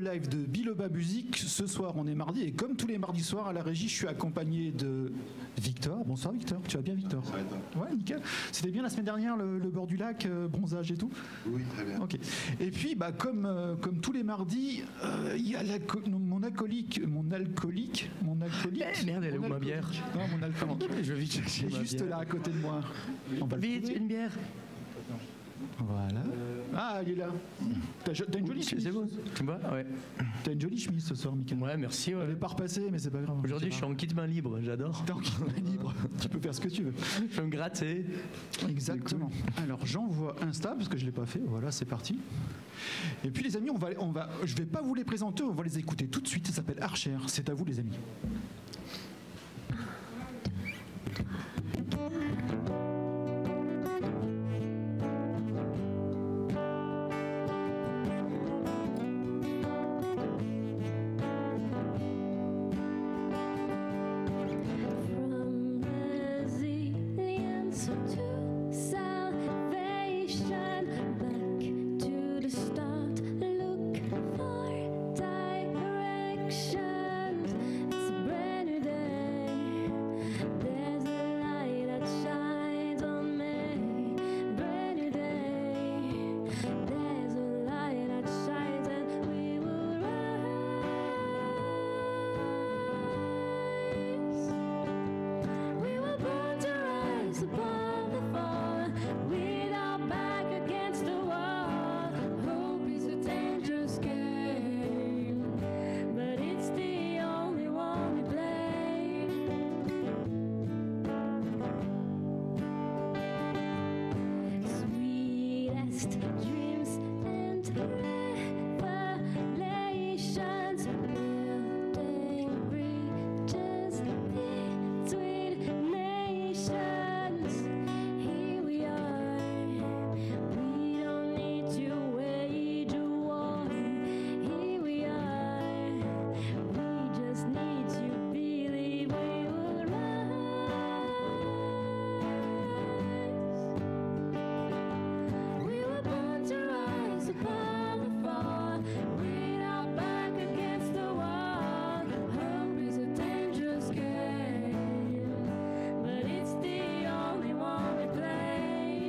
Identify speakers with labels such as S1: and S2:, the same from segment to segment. S1: live de Biloba Musique. Ce soir, on est mardi et comme tous les mardis soirs à la régie, je suis accompagné de Victor. Bonsoir Victor, tu vas bien Victor
S2: Ça va et toi
S1: Ouais, nickel. C'était bien la semaine dernière le, le bord du lac, euh, bronzage et tout
S2: Oui, très bien.
S1: Ok. Et puis, bah, comme, euh, comme tous les mardis, euh, il y a l'alco- non, mon alcoolique, mon alcoolique, mon alcoolique.
S3: Eh, merde, elle est
S1: mon
S3: où, ma bière
S1: alcoolique. Non, mon alcoolique.
S3: Je vais vite chercher
S1: Il est
S3: ma
S1: juste
S3: bière.
S1: là à côté de moi. On va le
S3: Vite,
S1: trouver.
S3: une bière.
S1: Voilà. Ah, il est là. T'as jo- t'as une jolie
S3: C'est
S1: chemise.
S3: c'est beau. Tu me vois Ouais.
S1: T'as une jolie chemise ce soir, Michael.
S3: Ouais, merci. ouais.
S1: Elle est pas repassée, mais c'est pas grave.
S3: Aujourd'hui, je suis en kit main libre, j'adore.
S1: Tant qu'il est libre, tu peux faire ce que tu veux.
S3: Je vais me gratter.
S1: Exactement. Alors j'envoie Insta parce que je l'ai pas fait. Voilà, c'est parti. Et puis les amis, on va, on va, je vais pas vous les présenter, on va les écouter tout de suite. Ça s'appelle Archer. C'est à vous les amis.
S4: From resilience to salvation, back to the start. Look for directions. It's a brand new day. There's a light that shines on me. Brand new day. There's a light that shines, and we will rise. We were born to rise above the fall, with our back against the wall. Hope is a dangerous game, but it's the only one we play. Sweetest dreams and revelations, building bridges between nations. Here we are. We don't need to wage a war. Here we are. We just need to believe we will rise. We were born to rise above the fall. With our back against the wall. Hope is a dangerous game, but it's the only one we play.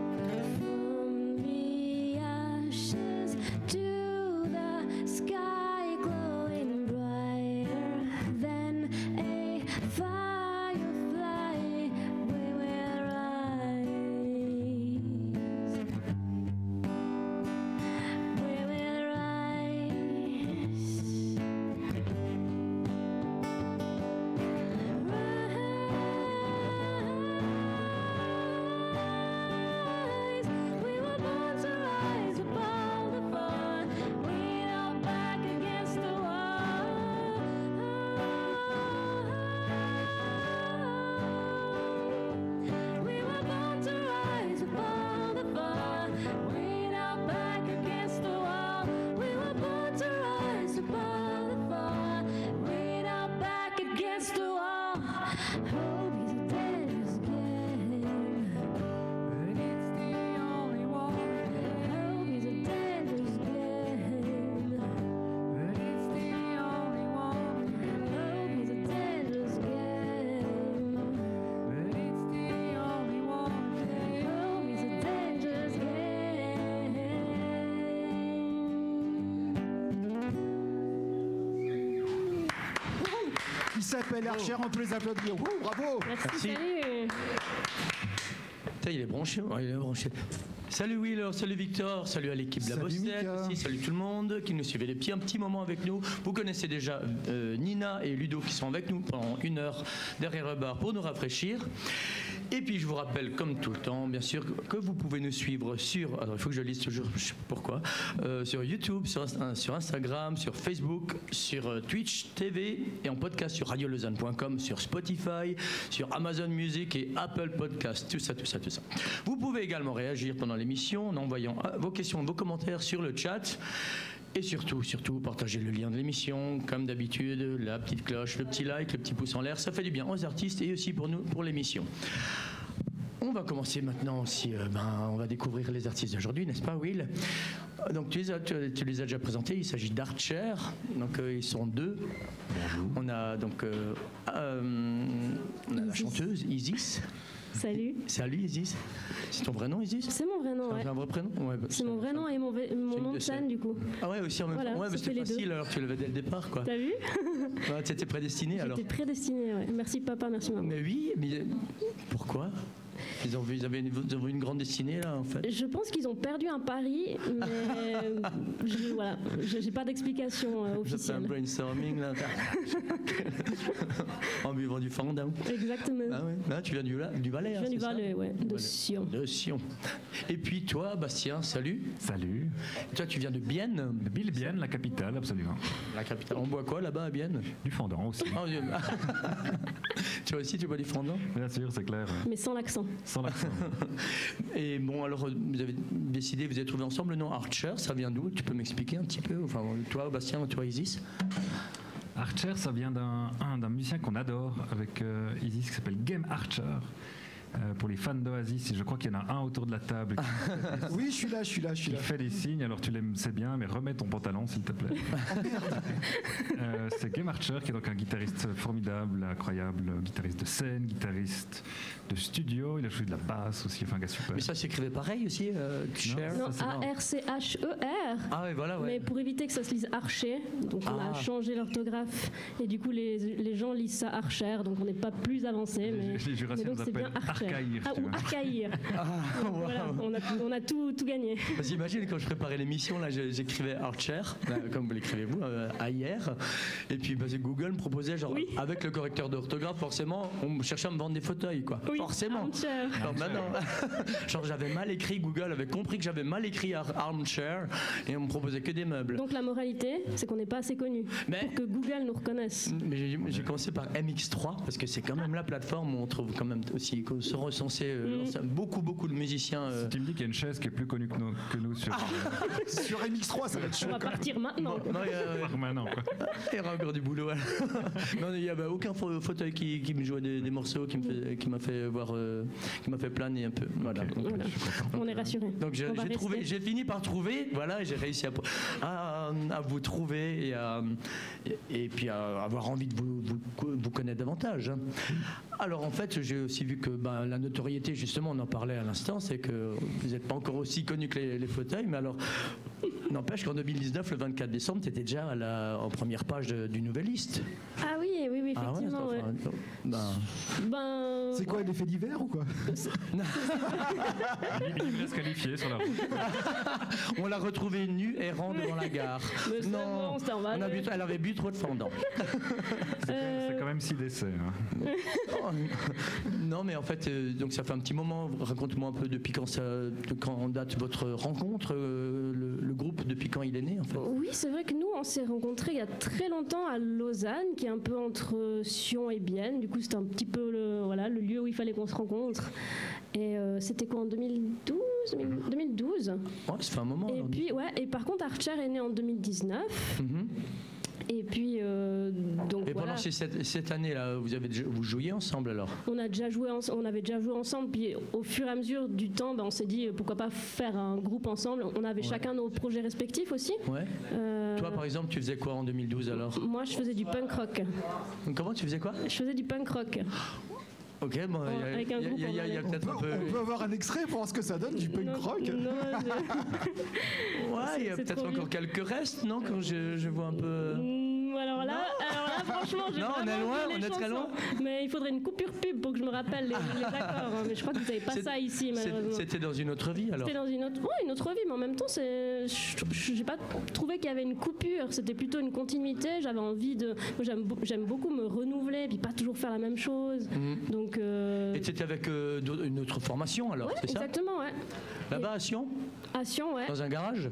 S4: From the ashes to the sky, glowing brighter than a firefly, we will rise. We will rise. We were born to rise above the fall. We are back against the wall. We were born to rise above the fall. We are back against the wall. We were born to rise above the fall. We are back against the wall. Hope is a dangerous game. But it's the only one Hope is a dangerous game. But it's the only one Hope is a dangerous game. But it's the only one Hope is a dangerous game.
S1: Il s'appelle Archer, on peut les applaudir. Wouh, bravo.
S3: Merci.
S4: Salut
S3: Putain, il est branché. ouais, il est branché. Salut Wheeler, salut Victor, salut à l'équipe de la
S1: Salut
S3: Bossette,
S1: Mika.
S3: aussi, salut tout le monde qui nous suivait depuis un petit moment avec nous. Vous connaissez déjà euh, Nina et Ludo qui sont avec nous pendant une heure derrière le bar pour nous rafraîchir. Et puis je vous rappelle, comme tout le temps, bien sûr, que vous pouvez nous suivre sur. Alors il faut que je liste toujours, je sais pas pourquoi. euh, sur YouTube, sur, Insta- sur Instagram, sur Facebook, sur euh, Twitch TV et en podcast sur radiolausanne.com, sur Spotify, sur Amazon Music et Apple Podcast. Tout ça, tout ça, tout ça. Vous pouvez également réagir pendant l'émission en envoyant euh, vos questions, vos commentaires sur le chat. Et surtout, surtout, partagez le lien de l'émission, comme d'habitude, la petite cloche, le petit like, le petit pouce en l'air, ça fait du bien aux artistes et aussi pour nous, pour l'émission. On va commencer maintenant aussi, euh, ben, on va découvrir les artistes d'aujourd'hui, n'est-ce pas Will Euh, Donc tu les, as, tu, tu les as déjà présentés, il s'agit d'Archer, donc euh, ils sont deux.
S4: Ah.
S3: On a donc euh, euh, on a la
S4: Isis.
S3: chanteuse Isis.
S4: Salut.
S3: Salut Isis. C'est ton vrai nom Isis
S4: C'est mon vrai nom, ouais.
S3: C'est un vrai prénom Ouais, bah,
S4: C'est mon vrai nom et mon, ve- mon
S3: une
S4: nom
S3: de
S4: de
S3: ces-
S4: scène, du coup.
S3: Ah ouais, aussi en même
S4: Voilà,
S3: temps. Ouais,
S4: ça
S3: mais
S4: fait
S3: c'était
S4: les deux.
S3: facile alors, tu l'avais dès le départ quoi.
S4: T'as vu
S3: Ouais, T'étais prédestiné alors.
S4: J'étais prédestinée, ouais. Merci papa, merci maman.
S3: Mais oui, mais euh, pourquoi ils ont, vu- ils, avaient une, ils ont vu une grande destinée là en fait.
S4: Je pense qu'ils ont perdu un pari, mais euh, je, voilà, je- j'ai pas d'explication
S3: Je
S4: euh,
S3: fais un
S4: officielle.
S3: brainstorming là. en buvant du fandam.
S4: Exactement.
S3: Ah ouais. Ah, tu viens du, la- du Valais.
S4: je
S3: hein,
S4: viens du
S3: c'est ça
S4: Valais, ouais, de
S3: Valais.
S4: Sion.
S3: De Sion. Et puis toi, Bastien, salut.
S5: Salut.
S3: Toi, tu viens de Bienne,
S5: Bill Bienne, la capitale, absolument.
S3: la capitale. On boit quoi là-bas à Bienne
S5: Du fondant aussi.
S3: Ah, Dieu. Toi aussi, tu bois du fondant
S5: Bien sûr, c'est clair.
S4: Mais sans l'accent.
S5: Sans l'accent.
S3: Et bon, alors, euh, vous avez décidé, vous avez trouvé ensemble le nom Archer, ça vient d'où Tu peux m'expliquer un petit peu Enfin, toi, Bastien, toi, Isis
S5: Archer, ça vient d'un un, d'un musicien qu'on adore avec euh, Isis qui s'appelle Game Archer. Euh, pour les fans d'Oasis, et je crois qu'il y en a un autour de la table
S3: Ah,
S1: Oui, je suis là, je suis là, je suis
S5: qui
S1: là.
S5: fait des signes, alors tu l'aimes, c'est bien, mais remets ton pantalon s'il te plaît. Euh, c'est Game Archer qui est donc un guitariste formidable, incroyable, euh, guitariste de scène, guitariste de studio, il a joué de la basse aussi, enfin un gars super.
S3: Mais ça s'écrivait pareil aussi, euh, Cher
S4: Non,
S5: c'est marrant.
S4: A-R-C-H-E-R.
S3: Ah ouais, voilà,
S4: Mais
S3: ouais.
S4: pour éviter que ça se lise Archer, donc on
S3: Ah.
S4: a changé l'orthographe et du coup les, les gens lisent ça Archer, donc on n'est pas plus avancé. Mais,
S5: les, les
S4: mais
S5: jurassiens
S4: donc
S5: nous
S4: c'est bien
S5: appellent
S4: Archer.
S5: Arcaïr,
S4: ah,
S5: tu
S4: ou
S5: vois.
S4: Arcaïr.
S3: Ah,
S4: voilà,
S3: waouh.
S4: on a, on a tout, tout gagné.
S3: Parce que J'imagine quand je préparais l'émission, là, je- j'écrivais Archer, euh, comme vous l'écrivez vous, euh, hier. Et puis parce que Google me proposait, genre,
S4: Oui.
S3: avec le correcteur d'orthographe, forcément, on me cherchait à me vendre des fauteuils, quoi.
S4: Oui,
S3: forcément.
S4: Armchair.
S3: Alors maintenant, genre j'avais mal écrit, Google avait compris que j'avais mal écrit Ar- Armchair et on me proposait que des meubles.
S4: Donc la moralité, c'est qu'on n'est pas assez connu
S3: Mais-
S4: pour que Google nous reconnaisse.
S3: Mais j'ai- j'ai commencé par MX3 parce que c'est quand même la plateforme où on trouve quand même aussi qu'on se recenser euh,
S4: Mm.
S3: l'ensemble- beaucoup beaucoup de musiciens. euh,
S5: Si tu me dis qu'il y a une chaise qui est plus connue que nous, que nous sur
S3: Ah.
S5: euh,
S1: Sur MX3, ça va être chaud.
S4: On va partir maintenant.
S3: non, il y a-
S5: permanent, quoi.
S3: il y a encore du boulot. alors. Non, il n'y avait aucun fa- fauteuil qui, qui me jouait des, des morceaux, qui me fait- qui m'a fait voir, euh, qui m'a fait planer un peu. Voilà. Donc,
S4: Voilà. On est rassurés.
S3: Donc j'ai
S4: On va
S3: j'ai trouvé,
S4: rester.
S3: j'ai fini par trouver, voilà, et j'ai réussi à, à, à vous trouver et, à- et, et puis à avoir envie de vous, vous, vous connaître davantage. hein. Alors en fait, j'ai aussi vu que ben, la notoriété, justement, on en parlait à l'instant, c'est que vous n'êtes pas encore aussi connu que les, les fauteuils, mais alors, n'empêche qu'en 2019, le 24 décembre, tu étais déjà à la, en première page de- du Nouvelliste.
S4: Ah oui, oui, oui, effectivement.
S3: ouais,
S4: ouais.
S3: enfin, ben,
S4: Ben,
S1: C'est quoi, l'effet d'hiver ou quoi
S5: Il il me laisse qualifier sur la route.
S3: on l'a retrouvée nue, errant devant la gare.
S4: mais c'est bon, ça, on va
S3: on a
S4: aller.
S3: bu- elle avait bu trop de fondant.
S5: C'est quand- c'est quand même 6 décès. hein.
S3: Oh, Non, mais en fait, euh, donc ça fait un petit moment. Raconte-moi un peu depuis quand, ça, de quand date votre rencontre, euh, le, le groupe, depuis quand il est né, en fait.
S4: Oui, c'est vrai que nous, on s'est rencontrés il y a très longtemps à Lausanne, qui est un peu entre Sion et Bienne. Du coup, c'était un petit peu le, voilà, le lieu où il fallait qu'on se rencontre. Et euh, c'était quoi, en 2012
S3: Mhm.
S4: 2012
S3: Ouais, ça fait un moment.
S4: Oh. Et
S3: alors.
S4: puis, ouais, et par contre, Archer est né en 2019.
S3: Mhm.
S4: Et puis, euh, donc,
S3: Et
S4: voilà,
S3: pendant ces- cette, cette année-là, vous, avez déjà- vous jouiez ensemble alors
S4: on, a déjà joué ens- on avait déjà joué ensemble. Puis, au fur et à mesure du temps, ben, on s'est dit euh, pourquoi pas faire un groupe ensemble. On avait
S3: Ouais.
S4: chacun nos projets respectifs aussi.
S3: Ouais.
S4: Euh,
S3: Toi, par exemple, tu faisais quoi en 2012 alors
S4: moi, je faisais du punk rock.
S3: Comment tu faisais quoi
S4: Je faisais du punk rock.
S3: Ok, bon, il y a- il
S4: Oh, avec
S3: y
S4: un
S3: a, il y a- il y a- il y a
S1: on
S3: peut-être
S1: peut,
S3: un peu.
S1: on peut avoir un extrait pour voir ce que ça donne du punk
S4: Non,
S1: rock
S4: non, je-
S3: Ouais, il y a
S4: c'est
S3: peut-être
S4: trop
S3: encore
S4: vieux.
S3: quelques restes, non Quand je, je vois un peu. euh,
S4: Mm, alors, là, alors là, franchement, j'ai
S3: Non, on est
S4: vraiment
S3: loin,
S4: oublié
S3: on
S4: les
S3: est très
S4: chansons.
S3: loin.
S4: Mais il faudrait une coupure pub pour que je me rappelle les, les accords. hein. Mais je crois que vous n'avez pas
S3: C'est-
S4: ça ici,
S3: C'est-
S4: malheureusement.
S3: C'était dans une autre vie alors
S4: C'était dans une autre, ouais, une autre vie, mais en même temps, c'est, je n'ai pas trouvé qu'il y avait une coupure. C'était plutôt une continuité. J'avais envie de, moi, j'aime, beau- j'aime beaucoup me renouveler, puis pas toujours faire la même chose.
S3: Mhm.
S4: Donc, euh,
S3: Et c'était avec euh, d'autres- une autre formation alors, c'est ça
S4: exactement, ouais.
S3: Là-bas à Sion
S4: À Sion, ouais.
S3: Dans un garage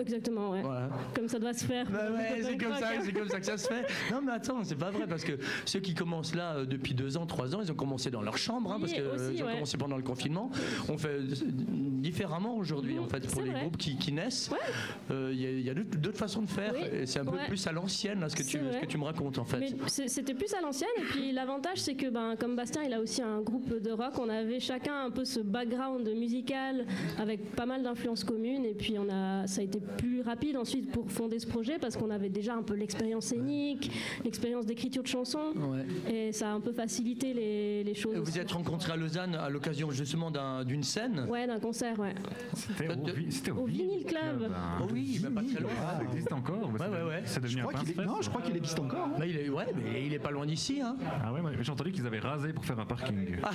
S4: Exactement, ouais.
S3: Voilà.
S4: Comme ça doit se faire.
S3: Bah ouais,
S4: Dans
S3: c'est
S4: le
S3: comme
S4: rock,
S3: ça,
S4: hein.
S3: c'est comme ça que ça se fait. Non, mais attends, c'est pas vrai parce que ceux qui commencent là euh, depuis deux ans, trois ans, ils ont commencé dans leur chambre, hein, parce
S4: Oui,
S3: que euh,
S4: aussi,
S3: ils ont
S4: ouais.
S3: commencé pendant le confinement. On fait euh, différemment aujourd'hui,
S4: Mhm,
S3: en fait, pour
S4: c'est
S3: les
S4: vrai.
S3: groupes qui, qui naissent.
S4: Ouais.
S3: Euh, Il y a- il y a, d'autres d'autres façons de faire,
S4: Oui,
S3: et c'est un peu
S4: ouais.
S3: plus à l'ancienne, là, ce que, tu,
S4: C'est
S3: ce
S4: vrai.
S3: que tu me racontes, en fait. Euh,
S4: Mais c'est- c'était plus à l'ancienne. Et puis l'avantage, c'est que ben, comme Bastien, il a aussi un groupe de rock. On avait chacun un peu ce background musical avec pas mal d'influences communes. Et puis on a, ça a été plus rapide ensuite pour fonder ce projet parce qu'on avait déjà un peu l'expérience scénique, l'expérience d'écriture de chansons.
S3: Ouais.
S4: Et ça a un peu facilité les, les choses.
S3: Et Vous
S4: aussi.
S3: êtes rencontrés à Lausanne à l'occasion justement d'un- d'une scène.
S4: Ouais, d'un concert, ouais.
S5: C'était au,
S3: Peut-être-
S5: vi- c'était
S4: Au Vinyl Club.
S5: hein.
S3: Oh oui, bah, pas très loin.
S5: Ça existe encore bah,
S3: Ouais,
S5: c'est-
S3: ouais, ouais.
S5: C'est
S1: Je
S5: devenu un
S1: crois qu'il est-
S5: pince-fest.
S1: non, je crois qu'il existe encore. hein.
S3: Bah, il est, ouais, mais il est pas loin d'ici, hein.
S5: Ah ouais, ouais, j'ai entendu qu'ils avaient rasé pour faire un parking.
S1: Ah,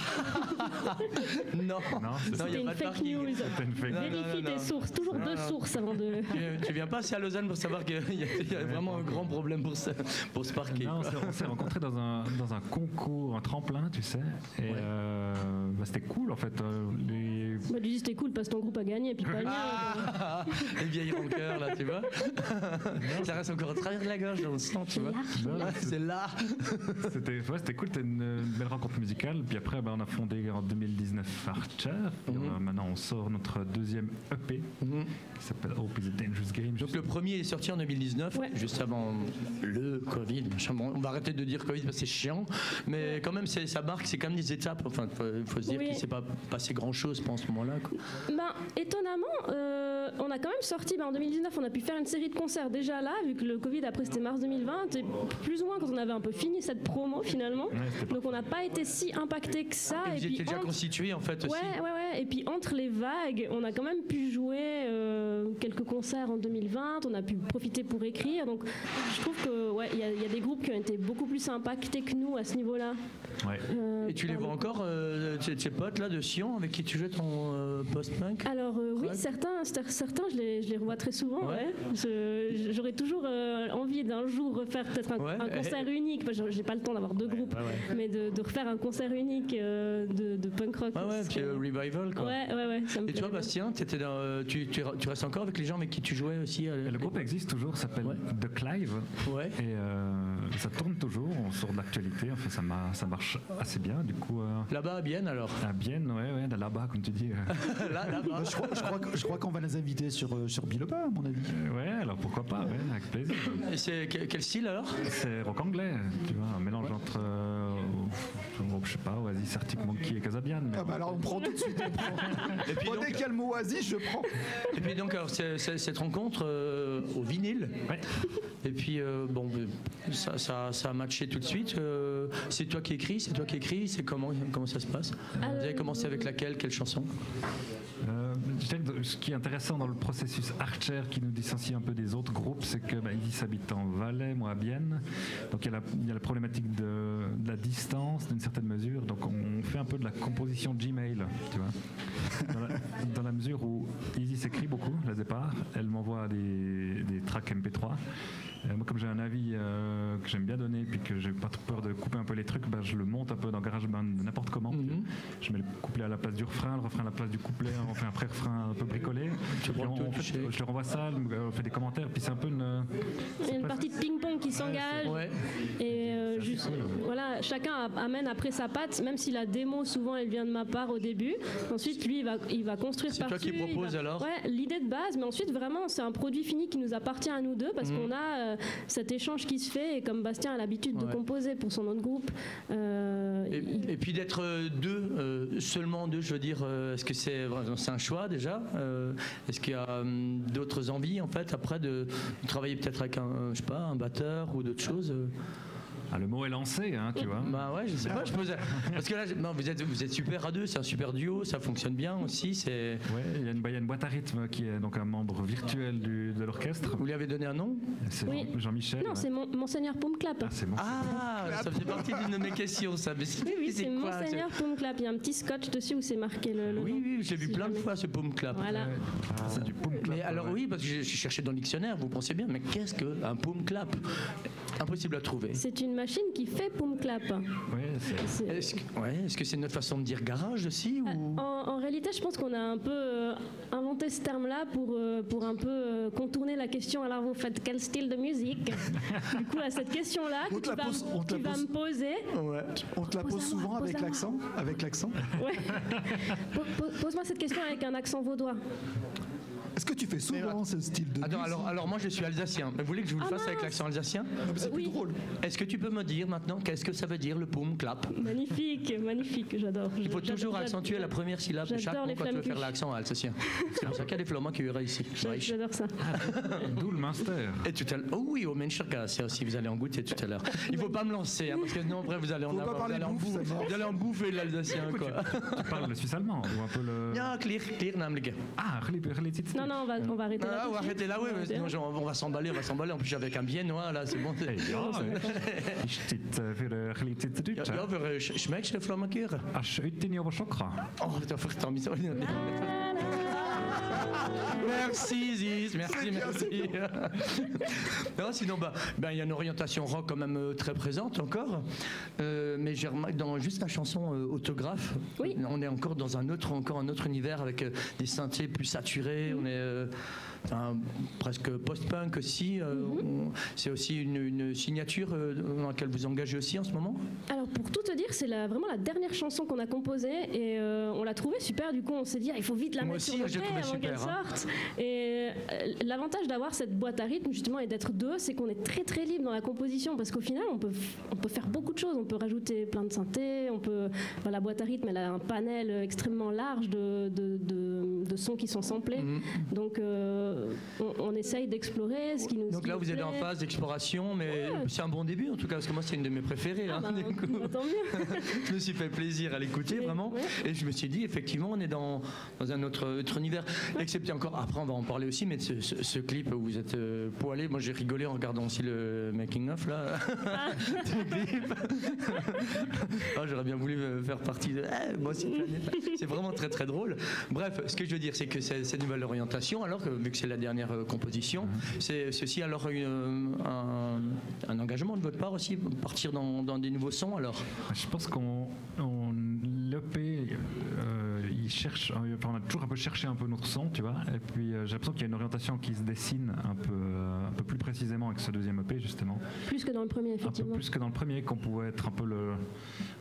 S3: Non.
S5: Non, c'est
S3: Non,
S5: ça.
S3: il y
S4: C'était
S3: a
S4: une
S3: pas de
S4: fake
S3: parking.
S4: news.
S5: C'était une fake.
S3: Non, non,
S4: Vérifie
S3: non,
S4: tes
S3: non.
S4: sources, toujours
S3: Non,
S4: deux
S3: non.
S4: sources avant de.
S3: Tu- Tu viens pas assez à Lausanne pour savoir qu'il y, a- il y a vraiment un grand problème pour se, pour se parquer.
S5: Non, on
S3: quoi.
S5: s'est- on s'est rencontrés dans un, dans un concours, un tremplin, tu sais. Et
S3: Ouais.
S5: euh, bah, c'était cool en fait. euh, les-
S4: Bah, lui, c'était cool parce que ton groupe a gagné. Puis pas le mien.
S3: Ah, les vieilles rancœurs, là, tu vois. Ça reste encore au travers de la gorge, on le sent, tu vois.
S5: Non,
S3: Là,
S5: c'est-
S3: C'est là.
S5: C'était ouais, c'était cool, c'était une une belle rencontre musicale. Puis après, bah, on a fondé en 2019 Archer. Et on
S1: Mhm.
S5: a- maintenant, on sort notre deuxième EP qui s'appelle Hope is a Dangerous Game.
S3: Donc le premier est sorti en 2019,
S4: Ouais.
S3: juste avant le Covid. machin. Bon, on va arrêter de dire Covid parce que c'est chiant, mais quand même c'est- ça marque, c'est quand même des étapes. Enfin, faut, faut se dire
S4: Oui.
S3: qu'il s'est pas passé grand chose pendant ce moment-là. quoi.
S4: Ben, étonnamment, euh, on a quand même sorti, ben, en 2019, on a pu faire une série de concerts déjà là, vu que le Covid, après, c'était mars 2020, et plus ou moins quand on avait un peu fini cette promo finalement.
S5: Ouais, c'était pas-
S4: Donc on n'a pas été si impacté que
S3: Et
S4: ça. Et
S3: Ah, vous
S4: puis,
S3: étiez déjà
S4: entre-
S3: constitué en fait aussi.
S4: ouais, ouais, ouais. et puis entre les vagues, on a quand même pu jouer euh, quelques concerts en 2020, on a pu profiter pour écrire. Donc je trouve que ouais, il y, a- il y a des groupes qui ont été beaucoup plus impactés que nous à ce niveau-là.
S5: Ouais.
S4: Euh,
S3: Et tu les
S4: par
S3: vois
S4: le-
S3: encore, euh, tes, tes potes là de Sion avec qui tu jouais ton euh, post-punk
S4: Alors euh, oui,
S3: Ouais.
S4: certains, cer- certains, je les, je les revois très souvent.
S3: Ouais.
S4: ouais. Je- J'aurais toujours euh, envie d'un jour refaire peut-être un,
S3: Ouais,
S4: un
S3: eh.
S4: concert unique. parce que J'ai pas le temps d'avoir deux groupes, mais de, de refaire un concert unique euh, de, de punk rock.
S3: Ouais, ouais,
S4: ce
S3: puis
S4: serait-
S3: euh, Revival quoi.
S4: ouais, ouais, ouais, ça me
S3: Et toi,
S4: plairait bien.
S3: Bastien, t'étais dans, euh, tu, tu, tu restes encore avec les gens avec qui tu jouais aussi euh,
S5: Et Le groupe existe toujours, s'appelle
S3: Ouais.
S5: The Clive.
S3: Ouais.
S5: Et euh, ça tourne toujours, on sort de l'actualité, enfin, ça, ma- ça marche assez bien. Du coup, euh,
S3: Là-bas, à Bienne alors.
S5: à Bienne, ouais, ouais, là-bas, comme tu dis. euh,
S3: Là, là-bas.
S1: Bah, je crois, je crois que- je crois qu'on va les inviter sur, euh, sur Biloba, à mon avis.
S5: ouais, alors pourquoi pas, ouais, avec plaisir.
S3: Et c'est que- quel style alors
S5: C'est rock anglais, tu vois, un mélange entre, euh, je sais pas, Oasis, Arctic Monkey et Casabian. Mais
S1: Ah bah alors on prend tout de suite. On prend.
S3: Et puis
S1: Bon,
S3: donc-
S1: dès qu'il y a le mot oasis, je prends.
S3: Et puis donc, alors, c'est- c'est- cette rencontre euh, au vinyle,
S5: Ouais.
S3: et puis euh, bon, ben, ça, ça, ça a matché tout de suite. euh, c'est toi qui écris, c'est toi qui écris, c'est comment, comment ça se passe Vous avez commencé avec laquelle, quelle chanson
S5: Euh, je dirais que ce qui est intéressant dans le processus Archer qui nous distancie un peu des autres groupes, c'est que bah, Elise habite en Valais, moi à Bienne. Donc il y a la, il y a la problématique de, de la distance d'une certaine mesure. Donc on fait un peu de la composition Gmail, tu vois. Dans la, dans la mesure où Elise écrit beaucoup, la départ, elle m'envoie des, des tracks MP3. Euh, moi, comme j'ai un avis euh, que j'aime bien donner, puis que j'ai pas trop peur de couper un peu les trucs, bah, je le monte un peu dans GarageBand n'importe comment.
S3: Mhm.
S5: Je mets le couplet à la place du refrain, le refrain à la place du couplet, on fait un pré-refrain un peu bricolé.
S3: Tu
S5: Puis
S3: prends
S5: on-
S3: tout,
S5: on
S3: tu
S5: fait-
S3: shakes.
S5: je le renvoie ça, euh, on fait des commentaires, puis c'est un peu une.
S4: Il y a une partie de ping-pong qui s'engage.
S3: Ouais.
S4: Et euh,
S5: C'est
S4: juste,
S5: assez cool.
S4: voilà, chacun a- amène après sa patte, même si la démo, souvent, elle vient de ma part au début. Ensuite, lui, il va, il va construire
S3: C'est toi
S4: par-dessus,
S3: qui propose,
S4: il va-
S3: alors
S4: Ouais, l'idée de base, mais ensuite, vraiment, c'est un produit fini qui nous appartient à nous deux parce
S3: Mhm.
S4: qu'on a euh, cet échange qui se fait. Et comme Bastien a l'habitude
S3: Ouais.
S4: de composer pour son autre groupe, euh,
S3: Et,
S4: il-
S3: et puis d'être euh, deux, euh, seulement deux, je veux dire, euh, est-ce que c'est vraiment- c'est un choix déjà Euh, Est-ce qu'il y a hum, d'autres envies en fait après de, de travailler peut-être avec un, euh, je sais pas, un batteur ou d'autres choses euh
S5: Ah, le mot est lancé, hein, tu vois.
S3: Bah ouais, je sais pas, je pose. Parce que là, je- non, vous êtes, vous êtes super à deux, c'est un super duo, ça fonctionne bien aussi. C'est.
S5: Ouais, il y, a une- bah, il y a une boîte à rythme qui est donc un membre virtuel du- de l'orchestre.
S3: Vous lui avez donné un nom
S5: C'est
S4: Oui.
S5: Jean- Jean-Michel.
S4: non,
S5: ouais.
S4: c'est mon- Monseigneur Pompclap.
S5: Ah, c'est bon.
S3: Ah, ça faisait partie d'une de mes questions, ça. Mais
S4: oui, oui, c'est
S3: quoi,
S4: Monseigneur Pompclap. Il y a un petit scotch dessus où c'est marqué le,
S3: ce-
S4: le nom.
S3: Oui, oui, j'ai vu
S4: Si
S3: plein de
S4: jamais.
S3: fois ce paume clap.
S4: Voilà.
S5: Ouais. C'est du poum clap,
S3: Mais alors
S5: ouais.
S3: oui, parce que j'ai j'ai cherché dans le dictionnaire, vous pensez bien, mais qu'est-ce qu'un paume clap Impossible à trouver.
S4: C'est une machine qui fait Pompclap.
S5: Ouais, c'est-
S4: C'est-
S3: Est-ce que ouais, est-ce que c'est notre façon de dire garage aussi
S1: Mm.
S4: Ah,
S3: ou...
S4: En, en réalité, je pense qu'on a un peu euh, inventé inventé ce terme-là pour, euh, pour un peu euh, contourner la question. Alors, vous faites quel style de musique Du coup, à cette question-là, que
S1: On te
S4: tu
S1: la
S4: vas,
S1: pose- on te la
S4: tu vas
S1: pose.
S4: me poser.
S1: Ouais. On te la pose
S4: Pose-la-moi,
S1: souvent avec
S4: pose-la-moi.
S1: l'accent. Avec l'accent.
S4: Ouais. Po- po- Pose-moi cette question avec un accent vaudois.
S1: Est-ce que tu fais souvent ce style de
S3: Attends,
S1: musique
S3: alors, alors moi je suis alsacien. Vous voulez que je vous le
S4: Ah
S3: fasse avec
S4: mince.
S3: l'accent alsacien
S1: Non, mais C'est plus
S4: Oui.
S1: drôle.
S3: Est-ce que tu peux me dire maintenant qu'est-ce que ça veut dire le poum clap
S4: Magnifique, magnifique, j'adore.
S3: Il faut
S4: J'adore-
S3: toujours
S4: j'adore-
S3: accentuer la première syllabe de
S4: j'adore
S3: chaque mot
S4: les
S3: quand tu veux
S4: flammes
S3: faire
S4: cuches.
S3: l'accent alsacien. C'est pour ça qu'il y a des flamands qui verraient ici.
S4: j'adore- J'adore ça.
S3: Ah,
S5: D'où le Minster.
S3: Et tout à l'heure, oh oui, au Menschakass, si vous allez en goûter tout à l'heure. Il faut pas me lancer, hein, parce que sinon après vous allez en
S1: Faut pas
S3: avoir- vous
S1: parler
S3: allez en
S1: bouffe,
S3: bouffer-
S1: ça marche.
S3: vous allez en bouffer de l'alsacien
S5: Écoute,
S3: quoi.
S5: tu, tu parles le suisse allemand ou un peu le.
S3: Ja, clear, clear, namelijk.
S5: Ah, les, les titres.
S4: Non, non, on va, on va arrêter là.
S3: Ah,
S4: tout
S3: ou
S4: de suite.
S3: arrêtez là, oui, mais sinon genre, on va s'emballer, on va s'emballer. En plus, avec un biennois, là, c'est bon. c'est-
S5: Hey, ja, hè. Is dit eh, voor de geliefde
S3: Ja,
S5: Duits?
S3: ja, wir schmeckst du Flammenküchen?
S5: Als uit in jouw chakra.
S3: Oh, t'as verdammt, wieso? Merci Ziz, merci, merci. non, sinon, bah, ben, il y a une orientation rock quand même euh, très présente encore. Euh, mais j'ai remarqué dans juste la chanson euh, Autographe,
S4: Oui.
S3: on est encore dans un autre, encore un autre univers avec euh, des synthés plus saturés. On est euh, un- presque post-punk aussi. euh, on- C'est aussi une, une signature euh, dans laquelle vous engagez aussi en ce moment.
S4: Alors pour tout te dire, c'est la- vraiment la dernière chanson qu'on a composée et euh, on l'a trouvée super. Du coup, on s'est dit ah, il faut vite la
S3: Moi
S4: mettre
S3: aussi,
S4: sur le
S3: j'ai
S4: prêt
S3: trouvé
S4: avant qu'elle
S3: super, hein.
S4: sorte. Et euh, l'avantage d'avoir cette boîte à rythme justement et d'être deux, c'est qu'on est très très libre dans la composition parce qu'au final, on peut f- on peut faire beaucoup de choses. On peut rajouter plein de synthés. On peut enfin, la boîte à rythme, elle a un panel extrêmement large de de, de- de sons qui sont samplés.
S3: Mhm.
S4: Donc euh, on, on essaye d'explorer ce qui nous. ce
S3: Donc
S4: qui
S3: là,
S4: nous
S3: vous êtes en
S4: plaît.
S3: phase d'exploration, mais
S4: Ouais.
S3: c'est un bon début en tout cas, parce que moi, c'est une de mes préférées.
S4: Ah
S3: hein,
S4: bah,
S3: du coup.
S4: bah, tant mieux.
S3: je me suis fait plaisir à l'écouter,
S4: Mais,
S3: vraiment.
S4: ouais.
S3: Et je me suis dit, effectivement, on est dans, dans un autre, autre univers. Excepté encore, après, on va en parler aussi, mais de ce, ce- ce clip où vous êtes euh, poilé. Moi, j'ai rigolé en regardant aussi le making-of, là. Du clip. Ah, J'aurais bien voulu euh, faire partie de. Eh, moi aussi, Planète. c'est vraiment très, très drôle. Bref, ce que je veux dire, c'est que c'est- cette nouvelle orientation, alors que, vu que c'est la dernière euh, composition, c'est c'est aussi alors une, euh, un, un engagement de votre part aussi, partir dans, dans des nouveaux sons, alors.
S5: Je pense qu'on on- l'EP, euh, il cherche, enfin, on a toujours un peu cherché un peu notre son, tu vois. Et puis euh, j'ai l'impression qu'il y a une orientation qui se dessine un peu, euh, un peu plus précisément avec ce deuxième EP justement.
S4: Plus que dans le premier,
S5: Un peu
S4: effectivement.
S5: plus que dans le premier, qu'on pouvait être un peu le,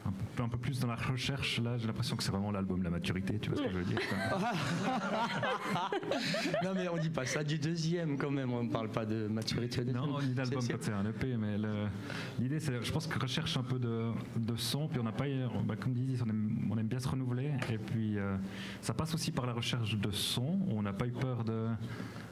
S5: un peu, un peu plus dans la recherche. Là, j'ai l'impression que c'est vraiment l'album la maturité, tu vois ce que je veux dire. quoi.
S3: Non mais on dit pas ça du deuxième quand même, on ne parle pas de maturité. au deuxième.
S5: Non, on dit l'album
S3: C'est-
S5: quand c'est un EP, mais le- l'idée, c'est, je pense que recherche un peu de, de son, puis on n'a pas, bah, comme disent, on aime, on aime bien se renouveler, et puis euh, ça passe aussi par la recherche de son, où on n'a pas eu peur de,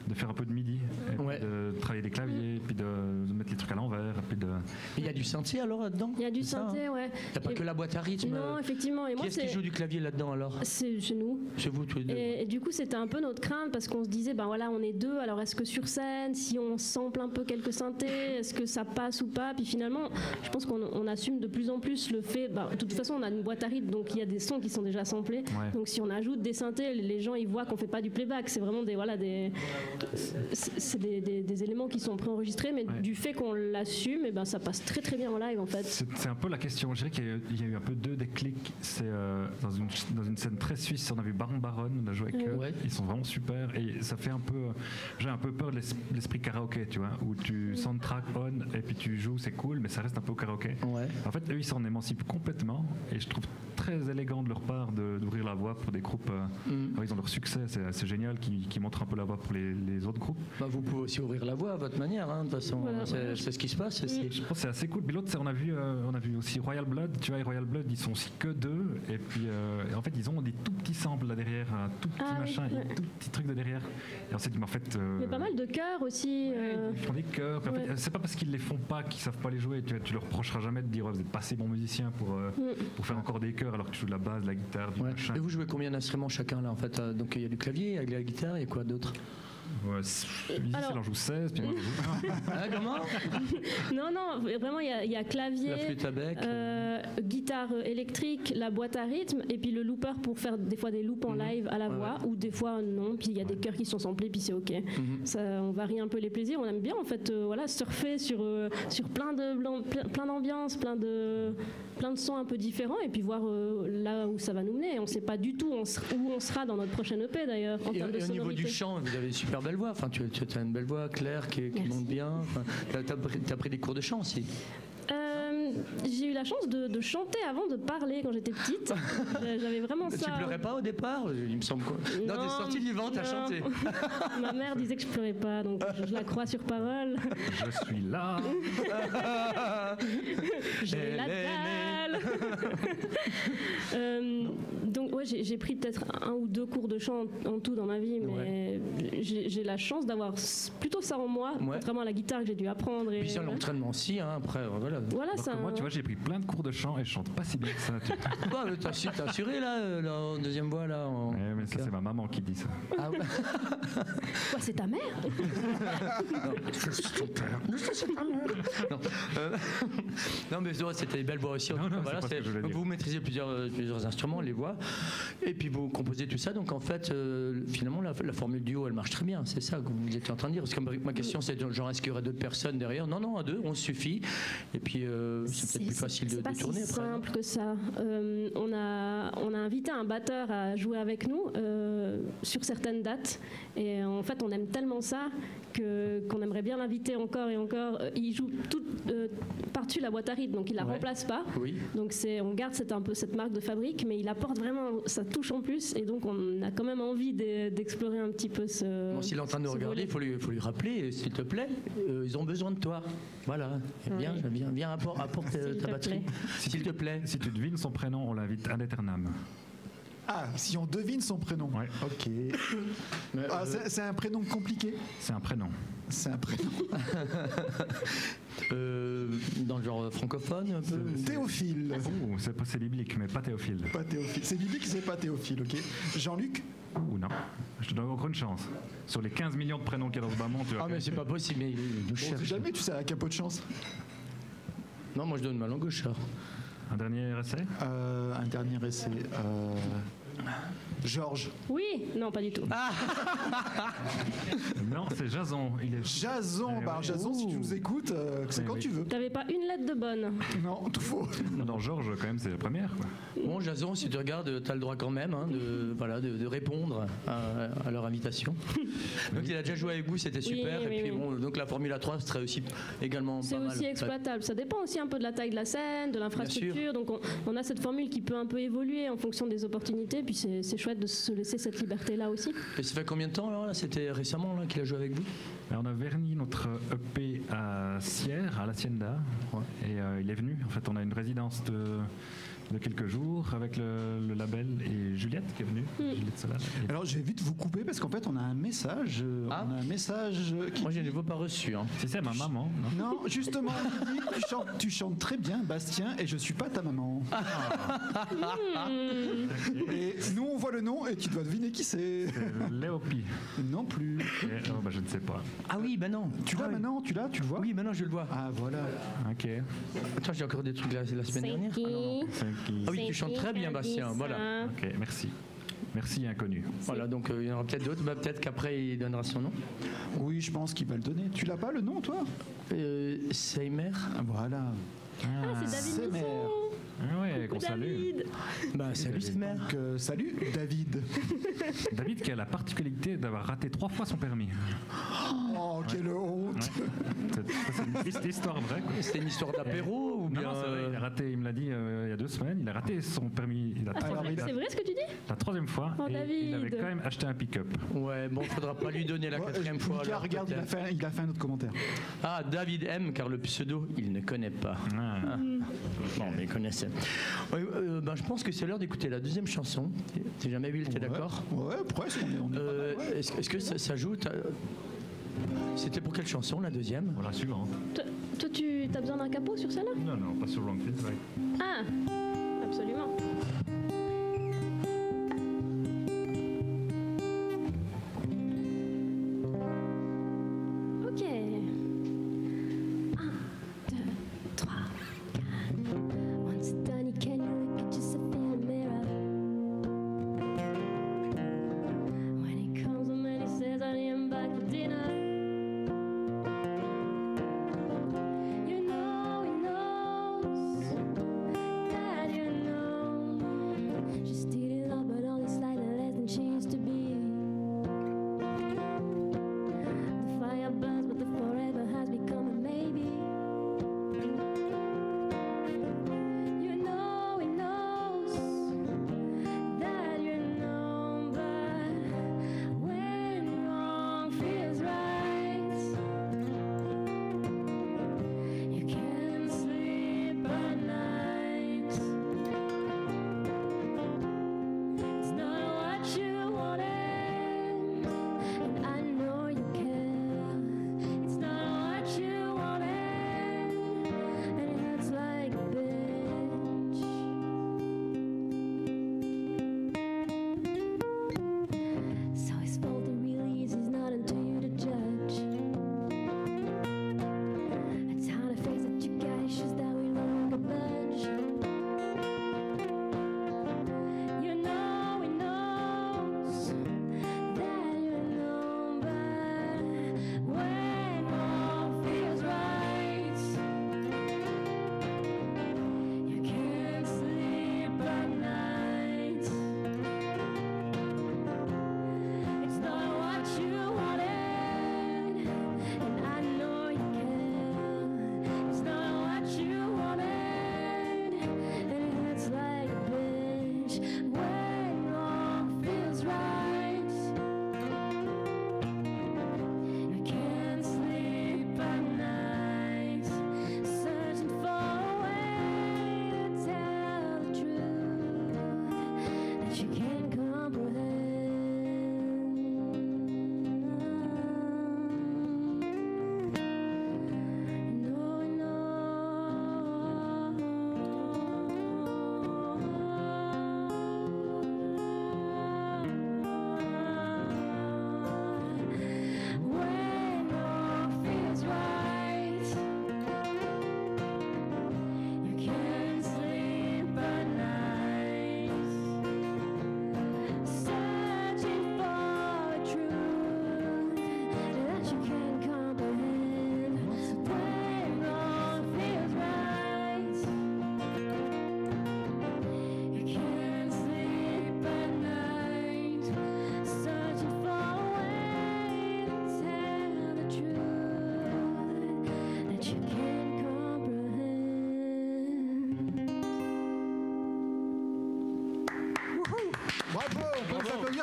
S5: de faire un peu de midi, et puis
S3: Ouais.
S5: de travailler des claviers, et puis de, de mettre les trucs à l'envers, et puis de...
S3: c'est- Il y a du synthé alors là-dedans
S4: Il y a du
S3: C'est ça,
S4: synthé,
S3: hein
S4: ouais.
S3: T'as pas
S4: Et-
S3: que la boîte à rythme euh,
S4: Non, effectivement. Et
S3: Qui
S4: moi,
S3: est-ce
S4: c'est
S3: qui joue du clavier là-dedans alors
S4: c'est chez nous.
S3: C'est vous tous les deux
S4: Et, et du coup, c'était un peu notre crainte parce qu'on se disait, ben voilà, on est deux. Alors, est-ce que sur scène, si on sample un peu quelques synthés, est-ce que ça passe ou pas Puis finalement, je pense qu'on on assume de plus en plus le fait. ben, de toute façon, on a une boîte à rythme, donc il y a des sons qui sont déjà samplés.
S5: Ouais.
S4: Donc, si on ajoute des synthés, les gens ils voient qu'on fait pas du playback. C'est vraiment des voilà des c'est c'est des, des- des éléments qui sont préenregistrés, mais
S5: Ouais.
S4: du fait qu'on l'assume, et ben ça passe très très bien en live en fait.
S5: C'est c'est un peu la question. Je dirais qu'il y a eu- il y a eu un peu deux déclics. C'est euh, dans, une, dans une scène très suisse, on a vu Baron Baron, on a joué avec eux.
S3: Ouais.
S5: Ils sont vraiment super. Et ça fait un peu. euh, J'ai un peu peur de l'es- l'esprit karaoké, tu vois, où tu soundtrack on et puis tu joues, c'est cool, mais ça reste un peu au karaoké.
S3: Ouais.
S5: En fait, eux, ils s'en émancipent complètement. Et je trouve très élégant de leur part de- d'ouvrir la voie pour des groupes. euh,
S3: Mm.
S5: alors, ils ont leur succès, c'est c'est génial, qui, qui montrent un peu la voie pour les, les autres groupes.
S3: Bah, vous pouvez aussi ouvrir la voie à votre manière, hein, de toute façon,
S4: Voilà.
S3: c'est c'est ce qui se passe. c'est-
S5: Je pense que c'est assez cool. Puis l'autre, c'est- on a vu, euh, on a vu aussi Royal Blood. Tu vois, et Royal Blood, ils sont aussi que deux. Et puis, euh, et en fait, ils ont des tout petits samples là derrière, un tout petit
S4: Ah oui,
S5: machin, et
S4: ouais.
S5: tout petit truc de derrière. Et on s'est dit, mais en fait, euh,
S4: Mais pas mal de chœurs aussi. euh,
S5: ils font des chœurs. Puis en fait,
S4: Ouais.
S5: c'est pas parce qu'ils les font pas qu'ils savent pas les jouer. Tu, vois, tu leur reprocheras jamais de dire, ouais, vous êtes pas assez bon musicien pour euh,
S4: Mm.
S5: pour faire encore des chœurs alors que tu joues de la basse, de la guitare, du
S3: Ouais.
S5: machin.
S3: Et vous jouez combien d'instruments chacun là en fait euh, Donc il y a du clavier, il y a de la guitare, il y a quoi d'autre
S5: Ouais, c'est- Isis,
S4: alors-
S5: elle en joue 16, puis moi, j'en joue
S3: Hein, comment
S4: Non, non, vraiment, il y a- il y, a clavier.
S3: La flûte à bec.
S4: euh, guitare électrique, la boîte à rythme et puis le looper pour faire des fois des loops en
S3: Mhm.
S4: live à la
S3: Ouais,
S4: voix ou des fois non, puis il y a des chœurs qui sont samplés puis c'est ok.
S3: Mhm.
S4: Ça, on varie un peu les plaisirs, on aime bien en fait euh, voilà, surfer sur, euh, sur plein de blan- plein, plein d'ambiances, plein de, plein de sons un peu différents et puis voir euh, là où ça va nous mener. On sait pas du tout on se- où on sera dans notre prochaine EP d'ailleurs en
S3: Et,
S4: termes de
S3: et au niveau
S4: sonorité.
S3: du chant, vous avez une super belle voix. Enfin, tu, tu as une belle voix claire qui, qui
S4: Merci.
S3: monte bien. Enfin, t'as- t'as pris- t'as pris des cours de chant aussi.
S4: Euh, J'ai eu la chance de, de chanter avant de parler quand j'étais petite. Euh, J'avais vraiment ça.
S3: Tu pleurais pas au départ Il me semble quoi. Non, t'es
S4: Non,
S3: sortie vivante à
S4: non.
S3: chanter.
S4: Ma mère disait que je pleurais pas, donc je la crois sur parole.
S5: Je suis là.
S3: Ah,
S4: J'ai la
S3: Elle est
S4: dalle. Euh, donc ouais, j'ai j'ai pris peut-être un ou deux cours de chant en, en tout dans ma vie, mais j'ai j'ai la chance d'avoir s- plutôt ça en moi, contrairement à la guitare que j'ai dû apprendre. Et,
S3: Puis ça, l'entraînement aussi, hein, après, voilà.
S4: voilà,
S5: Alors
S4: ça. hein.
S5: que moi, tu vois, j'ai pris plein de cours de chant et je chante pas si bien que ça. tu- Eh,
S3: Bah, mais t'as su- t'as assuré, là, euh, là, en deuxième voix, là. en-
S5: Ouais, mais ça, c'est ma maman qui dit ça.
S3: Ah ouais.
S4: Quoi, c'est ta mère
S3: non. euh, non, mais ouais, c'était des belles voix aussi. En
S5: Non,
S3: tout cas,
S5: non,
S3: voilà,
S5: c'est pas ce que
S3: c'est-
S5: je voulais dire.
S3: vous maîtrisez plusieurs, euh, plusieurs instruments, les voix, et puis vous composez tout ça. Donc en fait, euh, finalement, la, la formule duo, elle marche très bien. C'est ça que vous étiez en train de dire. Parce que ma- ma question, c'est genre, est-ce qu'il y aurait d'autres personnes derrière Non, non, à deux, on se suffit. Et puis, euh, c'est peut-être plus facile de,
S4: c'est
S3: de
S4: pas si
S3: tourner après.
S4: simple que ça. Euh, on, a, on a invité un batteur à jouer avec nous euh, sur certaines dates. Et en fait, on aime tellement ça que, qu'on aimerait bien l'inviter encore et encore. Euh, Il joue tout, euh, par-dessus la boîte à rythme, donc il la
S3: Ouais.
S4: remplace pas.
S3: Oui.
S4: Donc c'est, on garde cette, un peu cette marque de fabrique, mais il apporte vraiment sa touche en plus. Et donc, on a quand même envie de- d'explorer un petit peu ce.
S3: Bon, s'il est en train de nous
S4: ce
S3: regarder,
S4: volet.
S3: il faut lui, faut lui rappeler, euh, s'il te plaît, euh, ils ont besoin de toi. Voilà, viens, viens, viens, apporte, apporte euh,
S4: S'il
S3: ta
S4: te
S3: batterie.
S4: plaît.
S3: S'il te plaît.
S5: Si tu devines son prénom, on l'invite à l'éternam.
S1: Ah, si on devine son prénom.
S5: Ouais.
S1: Ok. Ah, c'est c'est un prénom compliqué.
S5: C'est un prénom.
S1: C'est un prénom.
S3: Euh, dans le genre francophone un peu
S1: Euh, Théophile.
S5: Ouh, c'est pas- c'est biblique, mais pas théophile.
S1: Pas Théophile. C'est biblique, c'est pas Théophile, ok Jean-Luc
S5: Ou non. Je te donne encore une chance. Sur les 15 millions de prénoms qu'il y a dans ce bas monde, tu vas
S3: Ah mais c'est pas possible, mais il nous
S1: On sait
S3: cherche.
S1: jamais, tu sais, avec un peu de chance.
S3: Non, moi je donne ma langue gauche. alors.
S5: Un dernier essai
S1: Euh, un dernier essai. euh, Georges.
S4: Oui, non, pas du tout.
S3: Ah.
S5: Non, c'est Jason. Il est...
S1: Jason.
S5: Eh
S1: Bah,
S5: oui.
S1: Jason, si tu nous écoutes, euh, c'est
S5: Eh
S1: quand
S5: oui.
S1: tu veux.
S4: T'avais pas une lettre de bonne.
S1: Non, tout faux.
S5: Non, Georges, quand même, c'est la première. quoi.
S3: Bon, Jason, si tu regardes, t'as le droit quand même hein, de, voilà, de, de répondre à, à leur invitation. Donc il a déjà joué avec vous, c'était
S4: Oui,
S3: super.
S4: oui,
S3: et puis
S4: oui.
S3: bon, donc la Formule A 3 serait aussi également
S4: C'est
S3: pas mal.
S4: aussi exploitable. Ça dépend aussi un peu de la taille de la scène, de l'infrastructure. Donc on, on a cette formule qui peut un peu évoluer en fonction des opportunités. Puis c'est c'est chouette de se laisser cette liberté-là aussi.
S3: Et ça fait combien de temps alors là C'était récemment là qu'il a joué avec vous
S5: Alors, on a verni notre EP à Sierre, à l'Hacienda. Et euh, il est venu. En fait, on a une résidence de, de quelques jours avec le, le label et Juliette qui est venue. Juliette Solal. Et-
S1: Alors, je vais vite vous couper parce qu'en fait, on a un message. euh,
S3: Ah.
S1: On a un message euh, qui.
S3: Moi, je ne l'ai pas reçu. hein.
S5: Si c'est ma maman, non
S1: Non, justement, il dit, tu, chantes, tu chantes très bien, Bastien, et je suis pas ta maman.
S3: Ah.
S1: Et nous, on voit le nom et tu dois deviner qui c'est.
S5: Euh, Léopi.
S1: Non plus.
S5: Et, oh, bah, je ne sais pas.
S3: Ah oui, ben non.
S1: Tu l'as
S3: Ah oui.
S1: maintenant Tu l'as Tu le vois
S3: Oui, maintenant je le vois.
S1: Ah, voilà.
S5: Ok.
S3: Attends, j'ai encore des trucs la, la semaine dernière.
S4: qui
S3: Ah, non, non.
S5: C'est qui- hein.
S3: Ah oui, tu chantes très bien, Bastien. Voilà.
S5: Ok, merci. Merci, inconnu.
S3: Voilà, donc euh, il y en aura peut-être d'autres. Bah, peut-être qu'après, il donnera son nom.
S1: Oui, je pense qu'il va le donner. Tu l'as pas le nom, toi
S3: Euh, Seimer
S1: Ah, Voilà.
S4: Ah, c'est
S1: C'est
S4: David
S1: mère.
S4: Misson.
S5: Ah ouais, qu'on
S4: Coucou,
S5: salue.
S4: David.
S3: Bah, salut Seimer.
S1: Donc, euh, salut, David.
S5: David qui a la particularité d'avoir raté trois fois son permis.
S1: Oh, quelle honte
S5: C'est ça, c'est une triste histoire vraie. quoi.
S3: C'était une histoire d'apéro ou
S5: Non,
S3: bien
S5: non, c'est vrai, il a
S3: euh,
S5: raté, il me l'a dit euh, il y a deux semaines, il a raté son permis
S4: Ah,
S5: il a-
S1: Alors, il a-
S4: C'est vrai ce que tu dis
S5: la troisième fois
S4: Oh,
S5: et il avait
S4: David.
S5: quand même acheté un pick-up.
S3: euh, Ouais, bon, faudra pas lui donner la
S1: Ouais,
S3: quatrième fois.
S1: Lucas,
S3: alors,
S1: regarde, il a,
S3: peut-être.
S1: fait, un- il a fait un autre commentaire.
S3: Ah, David M, car le pseudo, il ne connaît pas.
S5: Ah.
S3: Bon, mais il connaissait. Ouais, euh, ben, je pense que c'est l'heure d'écouter la deuxième chanson. T'es jamais vu, t'es
S1: Ouais.
S3: d'accord
S1: Ouais, presque. On est, on est pas
S3: Euh,
S1: mal, ouais.
S3: Est-ce est-ce que ça, ça joue T'as- C'était pour quelle chanson, la deuxième
S5: Voilà, suivante.
S4: Toi, toi, tu as besoin d'un capot sur celle-là
S5: Non, non, pas sur Wrong Fit, ouais.
S4: Ah, absolument.
S6: Thank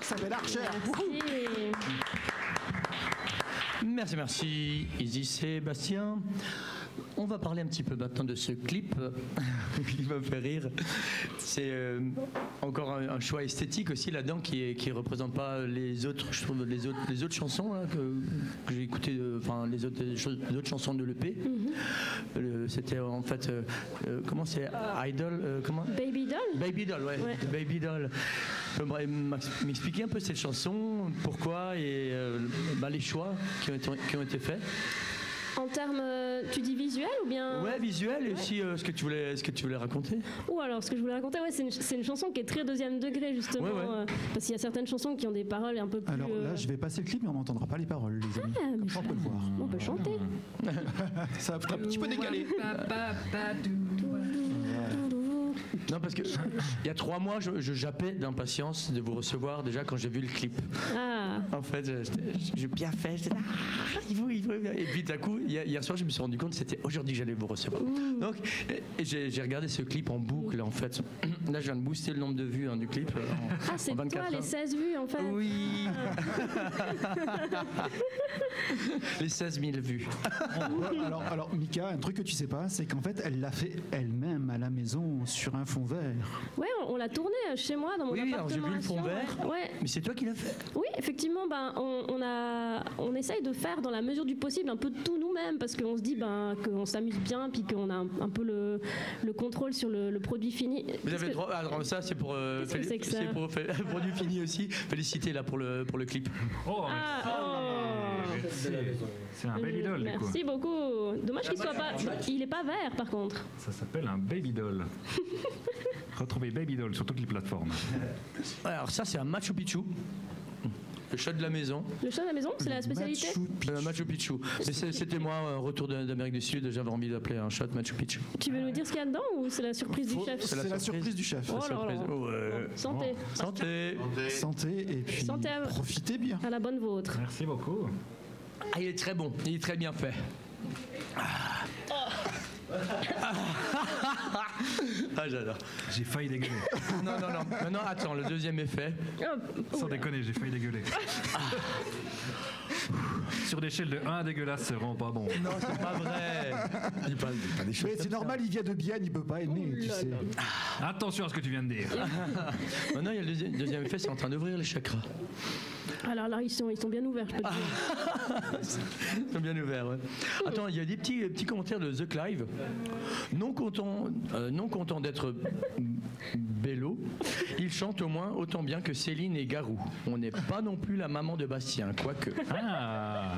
S1: s'appelle Archer.
S4: Merci.
S3: Merci, merci, Izzy Sébastien. On va parler un petit peu maintenant de ce clip qui m'a fait rire. C'est euh, encore un, un choix esthétique aussi là-dedans qui est- qui représente pas les autres, je trouve, les autres, les autres chansons là, que, que j'ai écoutées, euh, enfin les autres, les choses- les autres chansons de l'EP. Euh, C'était en fait, euh, euh, comment c'est Idol euh, comment
S4: Baby doll
S3: Baby Doll, ouais.
S4: Ouais.
S3: Baby Doll. Je voudrais m'ex- m'expliquer un peu cette chanson, pourquoi et euh, bah, les choix qui ont été, qui ont été faits.
S4: En termes, euh, tu dis visuel ou bien
S3: Ouais, visuel et aussi euh, ce, que tu voulais, ce que tu voulais raconter.
S4: Ou alors, ce que je voulais raconter, ouais, c'est une, c'est une chanson qui est très deuxième degré, justement.
S3: Ouais, ouais.
S4: euh, parce qu'il y a certaines chansons qui ont des paroles un peu plus.
S1: Alors là,
S4: euh,
S1: je vais passer le clip, mais on n'entendra pas les paroles, les amis.
S4: ah, mais
S1: Comme ça, on peut le voir.
S4: on peut chanter.
S1: Ça va être un petit peu décalé.
S3: Non, parce que il y a trois mois, je, je jappais d'impatience de vous recevoir déjà quand j'ai vu le clip.
S4: Ah,
S3: En fait, je- je- j'ai bien fait. j'étais là, Ah, il faut, il faut. Et puis d'un coup, hier, hier soir, je me suis rendu compte que c'était aujourd'hui que j'allais vous recevoir. Donc, et- et j'ai j'ai regardé ce clip en boucle, en fait. Là, je viens de booster le nombre de vues hein, du clip. euh, en-
S4: ah c'est
S3: en
S4: toi,
S3: 24
S4: les
S3: heures.
S4: 16 vues, en fait.
S3: Oui Les 16 000 vues.
S1: Alors, alors, Mika, un truc que tu sais pas, c'est qu'en fait, elle l'a fait elle-même à la maison sur un fond vert.
S4: Ouais, on, on l'a tourné euh, chez moi, dans mon
S3: Oui, oui, alors
S4: appartement.
S3: j'ai vu
S4: à
S3: le fond
S4: Sion, ouais.
S3: vert.
S4: Ouais,
S3: Mais c'est toi qui l'as fait
S4: Oui, effectivement, ben, on, on a, on essaye de faire dans la mesure du possible un peu tout nous-mêmes parce qu'on se dit ben, qu'on s'amuse bien puis qu'on a un, un peu le, le contrôle sur le, le produit fini.
S3: Vous
S4: Parce
S3: avez
S4: que-
S3: droit. Alors ça, c'est pour. euh,
S4: Qu'est-ce que
S3: féli-
S4: c'est que ça
S3: c'est pour, fé- pour du fini aussi. Félicité là pour le pour le clip.
S5: Oh,
S4: Ah, oh.
S5: merci. C'est un baby doll, du coup.
S4: Merci beaucoup. Dommage qu'il soit pas. Il est pas vert par contre.
S5: Ça s'appelle un baby doll. Retrouvez baby doll sur toutes les plateformes.
S3: Alors ça, c'est un Machu Picchu. Le chat de la maison,
S4: Le chat de la maison, c'est la spécialité.
S1: Machu Picchu.
S3: un Machu Picchu. Mais c'est- c'était moi, un retour de- d'Amérique du Sud, j'avais envie d'appeler un chat Machu Picchu.
S4: Tu veux nous dire ce qu'il y a dedans ou c'est la surprise du
S3: Faut-
S4: chef
S1: C'est la, surprise du chef.
S4: Oh là
S3: Surprise. Oh.
S4: là.
S3: Ouais.
S4: Santé.
S3: Santé.
S1: Santé et puis
S4: Santé à-
S1: profitez bien.
S4: À la bonne vôtre.
S5: Merci beaucoup.
S3: Ah, il est très bon, il est très bien fait. Ah. Ah, j'adore.
S5: J'ai failli dégueuler.
S3: Non, non, non. Maintenant, attends, le deuxième effet.
S4: Hop. Oh.
S5: Sans déconner, j'ai failli dégueuler. Sur l'échelle de 1 à dégueulasse, c'est vraiment pas bon.
S3: Non, c'est pas vrai. Il parle des
S1: Mais c'est normal, il vient de Biane, il peut pas aimer, tu sais.
S5: Attention à ce que tu viens de dire.
S3: Maintenant, il y a le deuxième, deuxième effet, c'est en train d'ouvrir les chakras.
S4: Alors Ah là, ils sont, ils sont bien ouverts. Je peux te dire.
S3: Ils sont bien ouverts, ouais. Attends, il y a des petits, petits commentaires de The Clive. Non content, euh, non content d'être bello, il chante au moins autant bien que Céline et Garou. On n'est pas non plus la maman de Bastien, quoique.
S5: Ah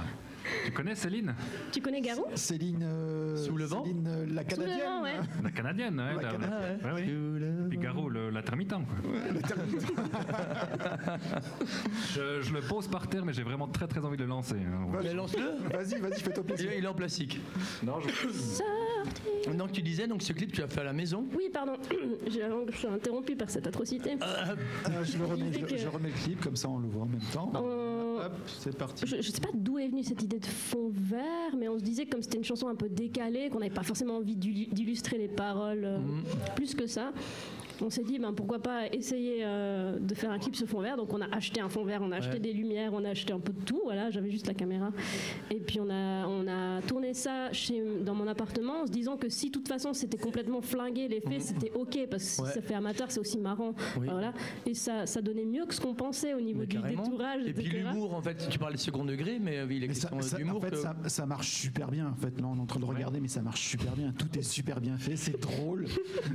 S5: Tu connais Céline
S4: Tu connais Garou
S1: Céline. euh,
S3: Sous le vent
S1: Céline, euh, la
S4: Tout
S1: Canadienne.
S4: le vent, ouais.
S5: La canadienne, ouais.
S1: La
S5: la-
S1: Cana-
S5: ouais, ouais. Et Garou, le- la termitant, quoi. je, je le pose par terre, mais j'ai vraiment très très envie de le lancer. hein.
S3: Mais lance-le
S1: Vas-y, vas-y, fais-toi
S3: Il
S1: plaisir.
S3: est- il est en plastique.
S5: Non, je-
S3: Donc tu disais, donc ce clip, tu l'as fait à la maison
S4: Oui, pardon, J'ai- je suis interrompue par cette atrocité.
S1: Ah, je, le remets,
S4: Il
S1: je,
S4: fait que-
S1: je remets le clip, comme ça on le voit en même temps.
S4: On-
S1: Hop, c'est parti.
S4: Je, je sais pas d'où est venue cette idée de fond vert, mais on se disait que comme c'était une chanson un peu décalée, qu'on n'avait pas forcément envie d'illu- d'illustrer les paroles euh,
S3: Mm.
S4: plus que ça, on s'est dit ben, pourquoi pas essayer euh, de faire un clip sur fond vert. Donc on a acheté un fond vert, on a acheté
S3: Ouais.
S4: des lumières, on a acheté un peu de tout. Voilà, j'avais juste la caméra. Et puis on a, on a tourné ça chez, dans mon appartement en se disant que si de toute façon c'était complètement flingué, l'effet c'était ok parce que si
S3: Mm. Ouais.
S4: ça fait amateur, c'est aussi marrant.
S3: Oui.
S4: Voilà. Et ça, ça donnait mieux que ce qu'on pensait au niveau
S3: Mais
S4: du
S3: carrément.
S4: détourage.
S3: Et puis
S4: etc.
S3: l'humour, en fait, tu parles de second degré, mais euh, il est
S1: Mais ça,
S3: question
S1: ça- en
S3: d'humour.
S1: fait,
S3: que-
S1: ça, ça marche super bien. En fait, là, on est en train de regarder, mais ça marche super bien. Tout est super bien fait, c'est drôle.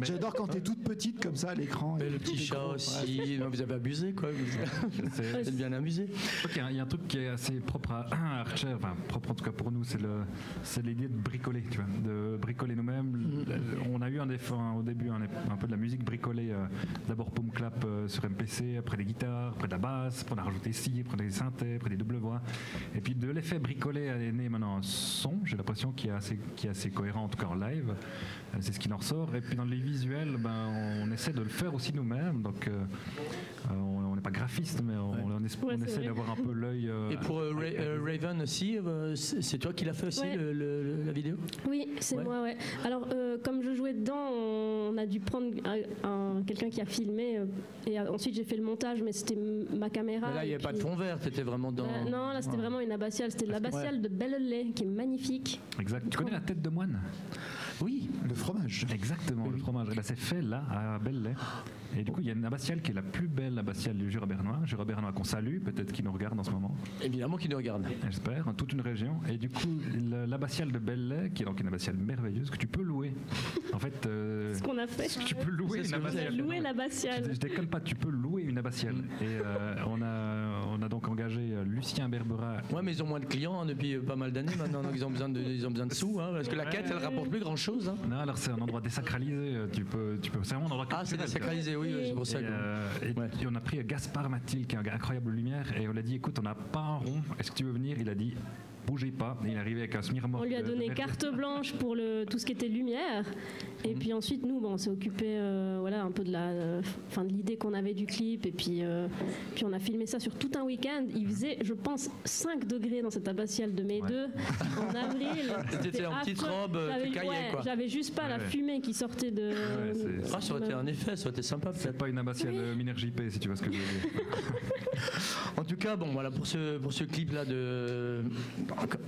S1: J'adore quand t'es toute petite comme ça à l'écran.
S3: Mais
S1: et
S3: le
S1: tout
S3: petit
S1: est
S3: chat
S1: gros.
S3: aussi, Non, vous avez abusé quoi, vous
S5: c'est-
S3: vous êtes bien amusé.
S5: Ok, il y a un truc qui est assez propre à à Archer, enfin propre en tout cas pour nous, c'est le- c'est l'idée de bricoler, tu vois, de bricoler nous-mêmes. Le- On a eu un eff- un- au début un, eff- un peu de la musique bricolée, euh, d'abord Poum Clap euh, sur MPC, après des guitares, après de la basse, après on a rajouté ci, après des synthés, après des doubles voix. Et puis de l'effet bricolé à né maintenant un son, j'ai l'impression qu'il est, assez- qui est assez cohérent, en tout cas en live. Euh, C'est ce qui en ressort. Et puis dans les visuels, ben, on essaie de le faire aussi nous-mêmes. Donc euh, euh, on on n'est pas graphiste, mais on, on es-
S4: Ouais,
S5: on
S4: c'est
S5: essaie
S4: vrai.
S5: d'avoir un peu l'œil. euh,
S3: Et pour euh, Ra- euh, Raven aussi, euh, c'est c'est toi qui l'as fait aussi
S4: Ouais.
S3: le- le- la vidéo
S4: Oui, c'est
S3: Ouais.
S4: moi, ouais. Alors, euh, comme je jouais dedans, on on a dû prendre un- un- quelqu'un qui a filmé, euh, et euh, ensuite j'ai fait le montage, mais c'était m- ma caméra.
S3: Mais Là, il n'y
S4: Ah, et
S3: avait pas de
S4: puis-
S3: fond vert, c'était vraiment dans.
S4: Bah, non, là c'était
S3: Ouais.
S4: vraiment une abbatiale, c'était l'abbatiale de Bellelay qui est magnifique.
S5: Exact. Tu connais la tête de moine
S3: Oui,
S1: Le fromage.
S5: Exactement, le fromage. Là, c'est fait là, à Belley. Et du coup, il y a une abbatiale qui est la plus belle abbatiale du Jura bernois. Jura bernois qu'on salue, peut-être qu'il nous regarde en ce moment,
S3: évidemment qu'il nous regarde.
S5: j'espère, toute une région. Et du coup, le- l'abbatiale de Belley, qui est donc une abbatiale merveilleuse, que tu peux louer. En fait, euh,
S4: Ce qu'on a fait,
S5: tu peux louer
S3: C'est ce
S5: une
S3: que vous
S4: on a
S5: abbatiale.
S4: loué
S5: Je,
S4: l'abbatiale.
S5: je déconne pas, tu peux louer une abbatiale.
S3: Mm.
S5: Et euh, on, a, on a donc engagé euh, Lucien Berbera
S3: Ouais, mais ils ont moins de clients hein, depuis euh, pas mal d'années maintenant, donc ils ont besoin de, ils ont besoin de sous, hein, parce que la quête, elle rapporte plus grand chose. hein.
S5: Non, Ah, alors c'est un endroit désacralisé. euh, Tu peux, tu peux. C'est vraiment un endroit
S3: Ah, c'est
S5: culturel, tu vois.
S3: désacralisé, oui, c'est pour
S5: Et,
S3: ça que.
S5: euh, et
S3: Ouais.
S5: puis on a pris Gaspard Mathilde, qui est un gars incroyable de lumière, et on l'a dit écoute, on n'a pas un rond, est-ce que tu veux venir Il a dit bougez pas, et il est arrivé avec un smirmort.
S4: On lui a
S3: Euh,
S5: de- de
S4: donné
S5: merde.
S4: carte blanche pour le, tout ce qui était lumière. Et
S3: Mhm.
S4: puis ensuite, nous, bon, on s'est occupé euh, voilà, un peu de la, euh, fin, de l'idée qu'on avait du clip. Et puis, euh, puis on a filmé ça sur tout un week-end. Il faisait, je pense, 5 degrés dans cette abbatiale de mai
S5: Ouais.
S4: 2 en avril.
S3: C'était en petite
S4: affreux.
S3: robe, euh,
S4: J'avais-
S3: tu caillais,
S4: ouais,
S3: quoi.
S4: J'avais juste pas la
S5: Ouais.
S4: fumée qui sortait de.
S5: Ouais, c'est-
S3: Ah, ça aurait été un effet, ça aurait été sympa peut-être.
S5: C'est pas une abbatiale
S4: Oui.
S5: euh, Miner JP, si tu vois ce que je veux dire.
S3: En tout cas, bon, voilà, pour ce, pour ce clip-là de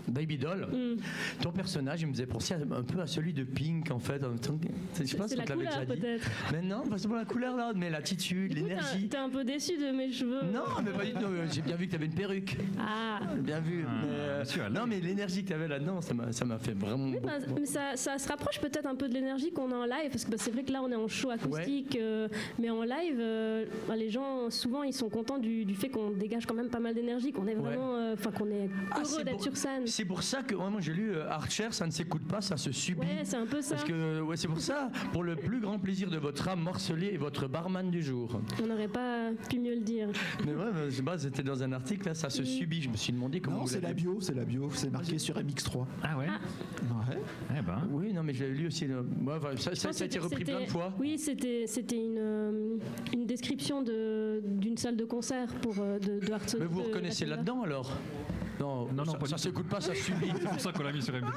S3: Baby Doll,
S4: Mm.
S3: ton personnage, il me faisait penser à- un peu à celui de Pink, en fait. en même temps que- Je sais pas si
S4: C'est
S3: on
S4: la
S3: te l'avait
S4: couleur,
S3: déjà dit.
S4: peut-être.
S3: Mais non, pas seulement la couleur, là, mais l'attitude,
S4: Du coup, t'es un- euh,
S3: l'énergie.
S4: T'es un peu déçu de mes cheveux.
S3: Non, mais pas du tout. J'ai bien vu que tu avais une perruque.
S4: Ah.
S3: Bien vu.
S5: Ah,
S3: mais, euh,
S5: monsieur Alain.
S3: non, mais l'énergie que tu avais là-dedans, ça m'a ça m'a fait vraiment.
S4: Oui,
S3: beaucoup-
S4: ben, mais ça, ça se rapproche peut-être un peu de l'énergie qu'on a en live, parce que ben, c'est vrai que là on est en show acoustique, euh, mais en live, euh, ben, les gens souvent ils sont contents du, du fait qu'on dégage quand même pas mal d'énergie, qu'on est vraiment, euh, enfin qu'on est
S3: Ah,
S4: heureux
S3: c'est
S4: d'être
S3: beau.
S4: sur scène.
S3: C'est pour ça que ouais, moi j'ai lu euh, Archer, ça ne s'écoute pas, ça se subit.
S4: Ouais, c'est un peu ça.
S3: Parce que ouais, c'est pour ça, pour le plus grand plaisir de votre âme morcelée et votre barman du jour.
S4: On n'aurait pas pu mieux le dire.
S3: Mais ouais, mais je sais pas, c'était dans un article, là, ça se subit. Je me suis demandé comment
S1: Non,
S3: vous
S1: c'est la
S3: l'avez-
S1: bio, c'est la bio. C'est marqué sur MX3.
S5: Ah ouais
S1: Ouais.
S5: Eh ben.
S3: Oui, non, mais je l'ai lu aussi. euh, ouais, enfin, ça,
S4: Je
S3: ça-
S4: pense
S3: ça a été
S4: que
S3: repris
S4: c'était-
S3: plein de fois.
S4: Oui, c'était c'était une, euh, une description de- d'une salle de concert pour euh, de, de Heart-
S3: Mais vous
S4: de-
S3: reconnaissez
S4: de-
S3: là-dedans alors non,
S5: Non, non,
S3: ça,
S5: pas du
S3: ça
S5: tout.
S3: s'écoute pas, ça subit.
S5: C'est pour ça qu'on l'a mis sur MB. en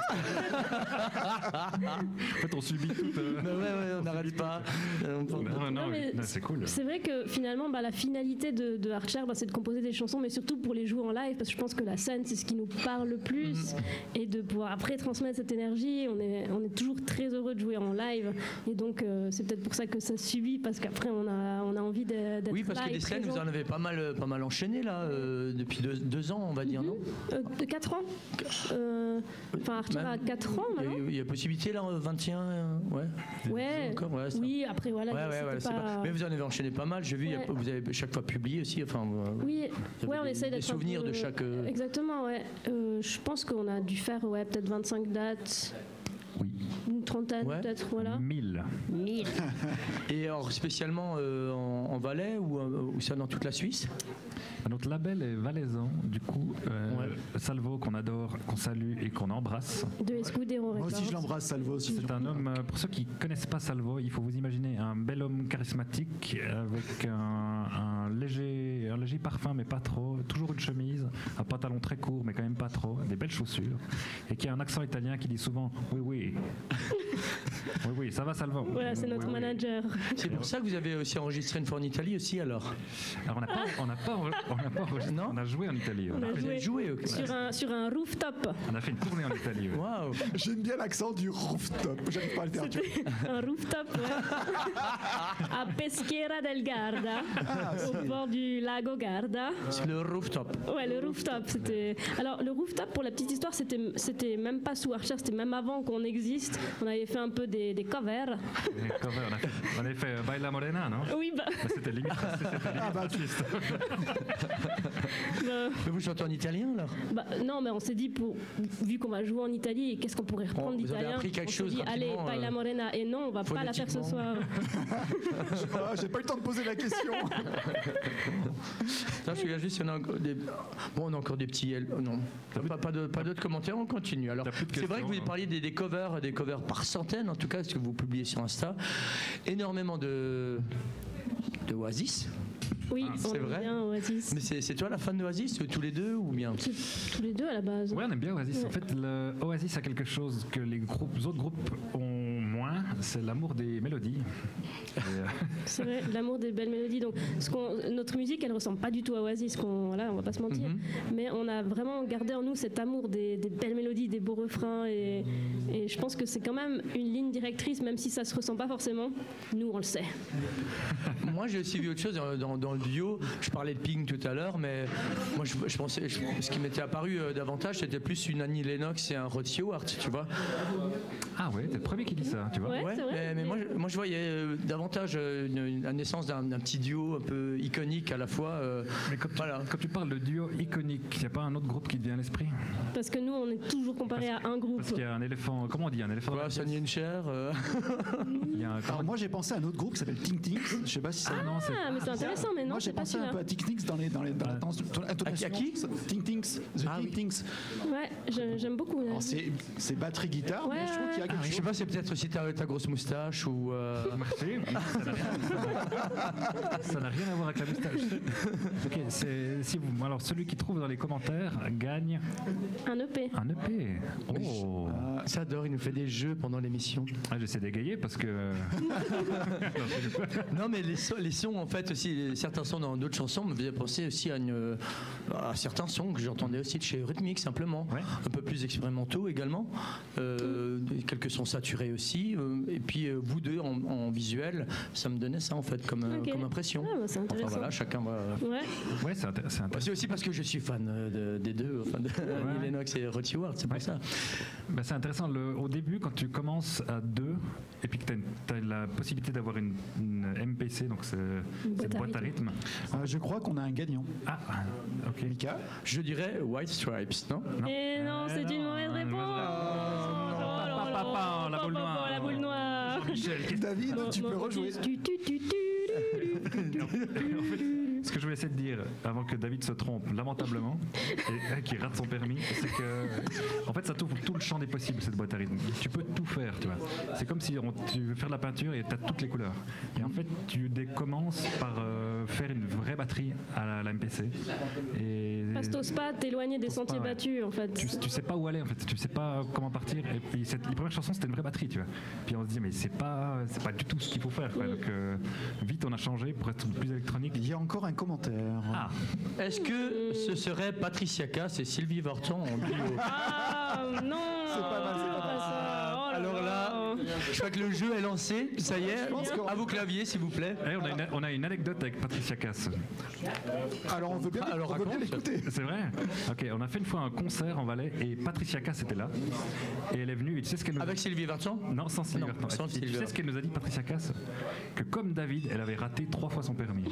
S4: Ah
S5: fait, on subit tout. euh,
S3: Mais ouais, ouais, on n'arrête pas. Euh, on-
S5: Non, non,
S4: Non, mais
S5: oui. Non, c'est cool.
S4: C'est vrai que finalement, bah, la finalité de, de Archer, bah, c'est de composer des chansons, mais surtout pour les jouer en live, parce que je pense que la scène, c'est ce qui nous parle le plus,
S5: Mm-hmm.
S4: et de pouvoir après transmettre cette énergie. On est, on est toujours très heureux de jouer en live, et donc euh, c'est peut-être pour ça que ça subit, parce qu'après, on a, on a envie d'e- d'être
S3: Oui, parce
S4: là
S3: que
S4: et
S3: des scènes, vous
S4: présent.
S3: en avez pas mal, euh, pas mal enchaîné là, euh, depuis deux, deux ans, on va dire, non
S4: Euh, de 4 ans Euh, Enfin, Archer
S3: Même-
S4: a 4 ans
S3: Il y a
S4: maintenant
S3: eu- il y, a possibilité là, euh, 21, euh, ouais.
S4: Ouais.
S3: Encore, ouais, ça-
S4: Oui, après, voilà.
S3: Ouais, ouais,
S4: c'était
S3: ouais, c'est
S4: pas-
S3: pas- Mais vous en avez enchaîné pas mal, j'ai vu, il y a-
S4: Ouais.
S3: vous avez chaque fois publié aussi. Enfin, euh,
S4: Oui,
S3: avez
S4: ouais, on
S3: des-
S4: essaye
S3: des
S4: d'être un
S3: souvenirs
S4: peu-
S3: de chaque, euh,
S4: Exactement, ouais. Euh, je pense qu'on a dû faire ouais, peut-être 25 dates,
S5: Oui.
S4: une trentaine
S3: Ouais. Mm.
S4: peut-être, voilà.
S5: 1000.
S3: Et alors spécialement euh, en, en Valais ou, euh, ou ça dans toute la Suisse
S5: Ah, Notre label est valaisan, du coup, euh, Salvo qu'on adore, qu'on salue et qu'on embrasse.
S4: De Escudero
S1: Moi aussi, je
S4: Records.
S1: l'embrasse, Salvo aussi.
S5: C'est un homme, euh, pour ceux qui connaissent pas Salvo, il faut vous imaginer un bel homme charismatique avec un, un léger, un léger parfum, mais pas trop, toujours une chemise, un pantalon très court, mais quand même pas trop, des belles chaussures, et qui a un accent italien qui dit souvent Oui, oui. oui, oui, ça va, Salvo.
S4: Voilà, c'est
S5: Oui,
S4: notre
S5: oui.
S4: manager.
S3: C'est pour ça que vous avez aussi enregistré une fois en Italie aussi alors
S5: Alors, on n'a pas, on n'a pas, enre- on n'a pas enregistré,
S3: Non
S5: on a joué en Italie.
S4: On
S5: On a,
S4: a
S3: Vous avez
S4: joué
S3: joué ok.
S4: Bah sur un, sur un rooftop.
S5: on a fait une tournée en Italie. ouais.
S3: Waouh
S1: J'aime bien l'accent du rooftop. J'arrive pas à le faire. tu vois.
S4: un rooftop, ouais. à Pesquera del Garda,
S3: Ah,
S4: au bord du lago Garda.
S3: C'est le rooftop.
S4: Ouais, le rooftop, c'était. Alors, le rooftop, pour la petite histoire, c'était, c'était même pas sous Archer, c'était même avant qu'on existe. On avait fait un peu des, des covers.
S5: Et quand même, On a fait, on a fait euh, Baila Morena, non
S4: Oui, bah,
S5: Mais C'était limite, c'était limite raciste.
S4: bah,
S3: Mais vous chantez en italien alors
S4: bah, non, mais on s'est dit, pour, vu qu'on va jouer en Italie, qu'est-ce qu'on pourrait reprendre
S3: Bon, vous avez
S4: d'italien
S3: appris quelque
S4: On s'est
S3: chose
S4: dit, allez,
S3: rapidement,
S4: Paella
S3: euh,
S4: Morena. Et non, on va pas la faire ce
S3: phonétiquement.
S4: soir.
S1: Ah, J'ai pas eu le temps de poser la question.
S3: Là, celui-là, juste, il y en a encore des... Bon, on a encore des petits... L- Non, pas, pas de- pas d'autres commentaires, on continue. Alors,
S5: T'as plus de
S3: c'est vrai que
S5: questions,
S3: vous
S5: hein.
S3: parliez des, des covers, des covers par centaines, en tout cas, ce que vous publiez sur Insta. Énormément de... de Oasis.
S4: Oui,
S3: Ah, c'est
S4: on aime
S3: vrai
S4: bien Oasis.
S3: Mais c'est c'est toi la fan de Oasis, tous les deux, ou bien
S4: C'est tous les deux à la base.
S5: Ouais, on aime bien Oasis. En fait, le Oasis a quelque chose que les groupes, les autres groupes ont moins, c'est l'amour des mélodies. Et, euh,
S4: C'est vrai, l'amour des belles mélodies. Donc, ce qu'on- notre musique, elle ressemble pas du tout à Oasis, qu'on, voilà, on va pas se mentir.
S3: Mhm.
S4: Mais on a vraiment gardé en nous cet amour des, des belles mélodies, des beaux refrains. Et, et je pense que c'est quand même une ligne directrice, même si ça se ressent pas forcément. Nous, on le sait.
S3: Moi, j'ai aussi vu autre chose dans, dans- dans le duo. Je parlais de Ping tout à l'heure, mais moi, je, je pensais, je- ce qui m'était apparu euh, davantage, c'était plus une Annie Lennox et un Rod Stewart, tu vois.
S5: Ah ouais, t'es le premier qui dit ça, tu vois.
S4: Ouais, c'est vrai.
S3: mais, mais moi, je, moi, je voyais euh, davantage euh, une- une- la naissance d'un d'un petit duo un peu iconique à la fois. euh,
S5: Mais quand tu,
S3: voilà.
S5: quand tu parles de duo iconique, il n'y a pas un autre groupe qui te vient à l'esprit
S4: Parce que nous, on est toujours comparé à un groupe.
S5: Parce qu'il y a un éléphant, comment on dit, un éléphant dans
S3: Voilà,
S5: la
S3: Sonny and Cher, euh,
S5: pièce Il y a un-
S1: Alors moi j'ai pensé à un autre groupe qui s'appelle Ting Tings. Je sais pas si ça.
S5: non, c'est-
S4: Ah, mais c'est intéressant, mais non,
S1: moi j'ai
S4: c'est pas
S1: pensé un
S4: celui-là.
S1: peu à Ting Tings dans les dans les dans la dans
S3: À qui
S1: Ting Tings, The
S3: Ah
S1: Ting
S3: oui.
S1: Tings.
S4: Ouais, je- j'aime beaucoup. là.
S1: Alors Oh, c'est c'est batterie guitare,
S4: Ouais,
S1: mais je trouve qu'il y a quelque
S3: Mmh. Ah, je sais
S1: chose.
S3: pas, c'est peut-être aussi ta, ta grosse moustache ou. euh,
S5: Merci. Ça n'a rien- Ça n'a rien à voir avec la moustache. Ok, c'est- si vous- alors celui qui trouve dans les commentaires gagne
S4: Un E EP.
S5: un EP. Oh
S3: J'adore, il nous fait des jeux pendant l'émission.
S5: Ah, J'essaie d'égayer parce que.
S3: Non, mais les, so- les sons, en fait, aussi, les- certains sons dans d'autres chansons me faisaient penser aussi à, une- euh, à certains sons que j'entendais aussi de chez Rhythmic, simplement.
S5: Ouais.
S3: Un peu plus expérimentaux également. Euh, Quelques sons saturés aussi. Euh, et puis, euh, vous deux, en, en visuel, ça me donnait ça, en fait, comme, euh,
S4: Ok.
S3: comme impression.
S4: Ah, bah, c'est
S3: Enfin,
S4: intéressant.
S3: voilà, chacun va.
S4: Ouais,
S5: Ouais, c'est intér- c'est
S3: Bah,
S5: intér-
S3: C'est aussi parce que je suis fan euh, de- des deux, enfin de Annie Lennox et Rod Stewart, c'est pour
S5: Ouais.
S3: ça.
S5: bah, c'est intéressant. le- au début, quand tu commences à deux et puis que tu as, la possibilité d'avoir une, une MPC, donc c'est
S4: boîte
S5: cette
S4: à
S5: boîte à rythme.
S1: Euh, je crois qu'on a un gagnant.
S5: Ah, ok.
S1: Mika.
S3: Je dirais White Stripes, non
S5: Non.
S4: Et non,
S5: Euh,
S4: c'est une mauvaise
S5: une
S4: réponse.
S5: réponse.
S4: Oh,
S5: Pa, pa, pa, la
S4: pa,
S5: boule
S4: pa, pa,
S5: noire.
S4: la boule noire.
S5: Michel, qu'est-ce
S1: David,
S3: Ah,
S1: tu
S4: Mon-
S1: peux
S4: mon-
S1: rejouer.
S4: tu- tu- tu- tu- tu-
S5: Ce que je voulais essayer de dire, avant que David se trompe lamentablement et, et qu'il rate son permis, c'est que en fait ça t'ouvre tout le champ des possibles cette boîte à rythme. Tu peux tout faire, tu vois. C'est comme si on- tu veux faire de la peinture et t'as toutes les couleurs. Et en fait tu dé- commences par euh, faire une vraie batterie à la, la MPC. Et
S4: Passe au spa, t'éloigner des
S5: Au spa,
S4: sentiers
S5: ouais.
S4: battus en
S5: tu,
S4: fait.
S5: tu sais pas où aller en fait, tu sais pas comment partir. Et puis cette, les premières chansons c'était une vraie batterie, tu vois. Puis on se dit mais c'est pas c'est pas du tout ce qu'il faut faire. quoi. Donc euh, vite on a changé pour être plus électronique.
S1: Il y a encore un commentaire.
S5: Ah.
S4: Mmh.
S3: Est-ce que ce serait Patricia Cass et Sylvie Vartan en duo
S4: Ah non C'est
S1: pas mal, c'est pas mal.
S4: ça. Oh là
S3: Alors là, je crois que le jeu est lancé. Ça y est,
S1: pense qu'on-
S3: à vos claviers, s'il vous plaît.
S5: Eh, on, a une, on a une anecdote avec Patricia Cass.
S1: Alors on veut bien,
S3: Ah, Alors,
S1: on veut bien
S3: raconte.
S1: l'écouter.
S5: C'est vrai Ok, on a fait une fois un concert en Valais et Patricia Cass était là. Et elle est venue, et tu sais ce qu'elle nous a
S3: Avec Sylvie Vartan
S5: Non, sans Sylvie
S3: Non,
S5: Vartan.
S3: sans
S5: Et tu-
S3: Sylvie
S5: Tu sais ce
S3: Vartan.
S5: qu'elle nous a dit, Patricia Cass Que comme David, elle avait raté trois fois son permis.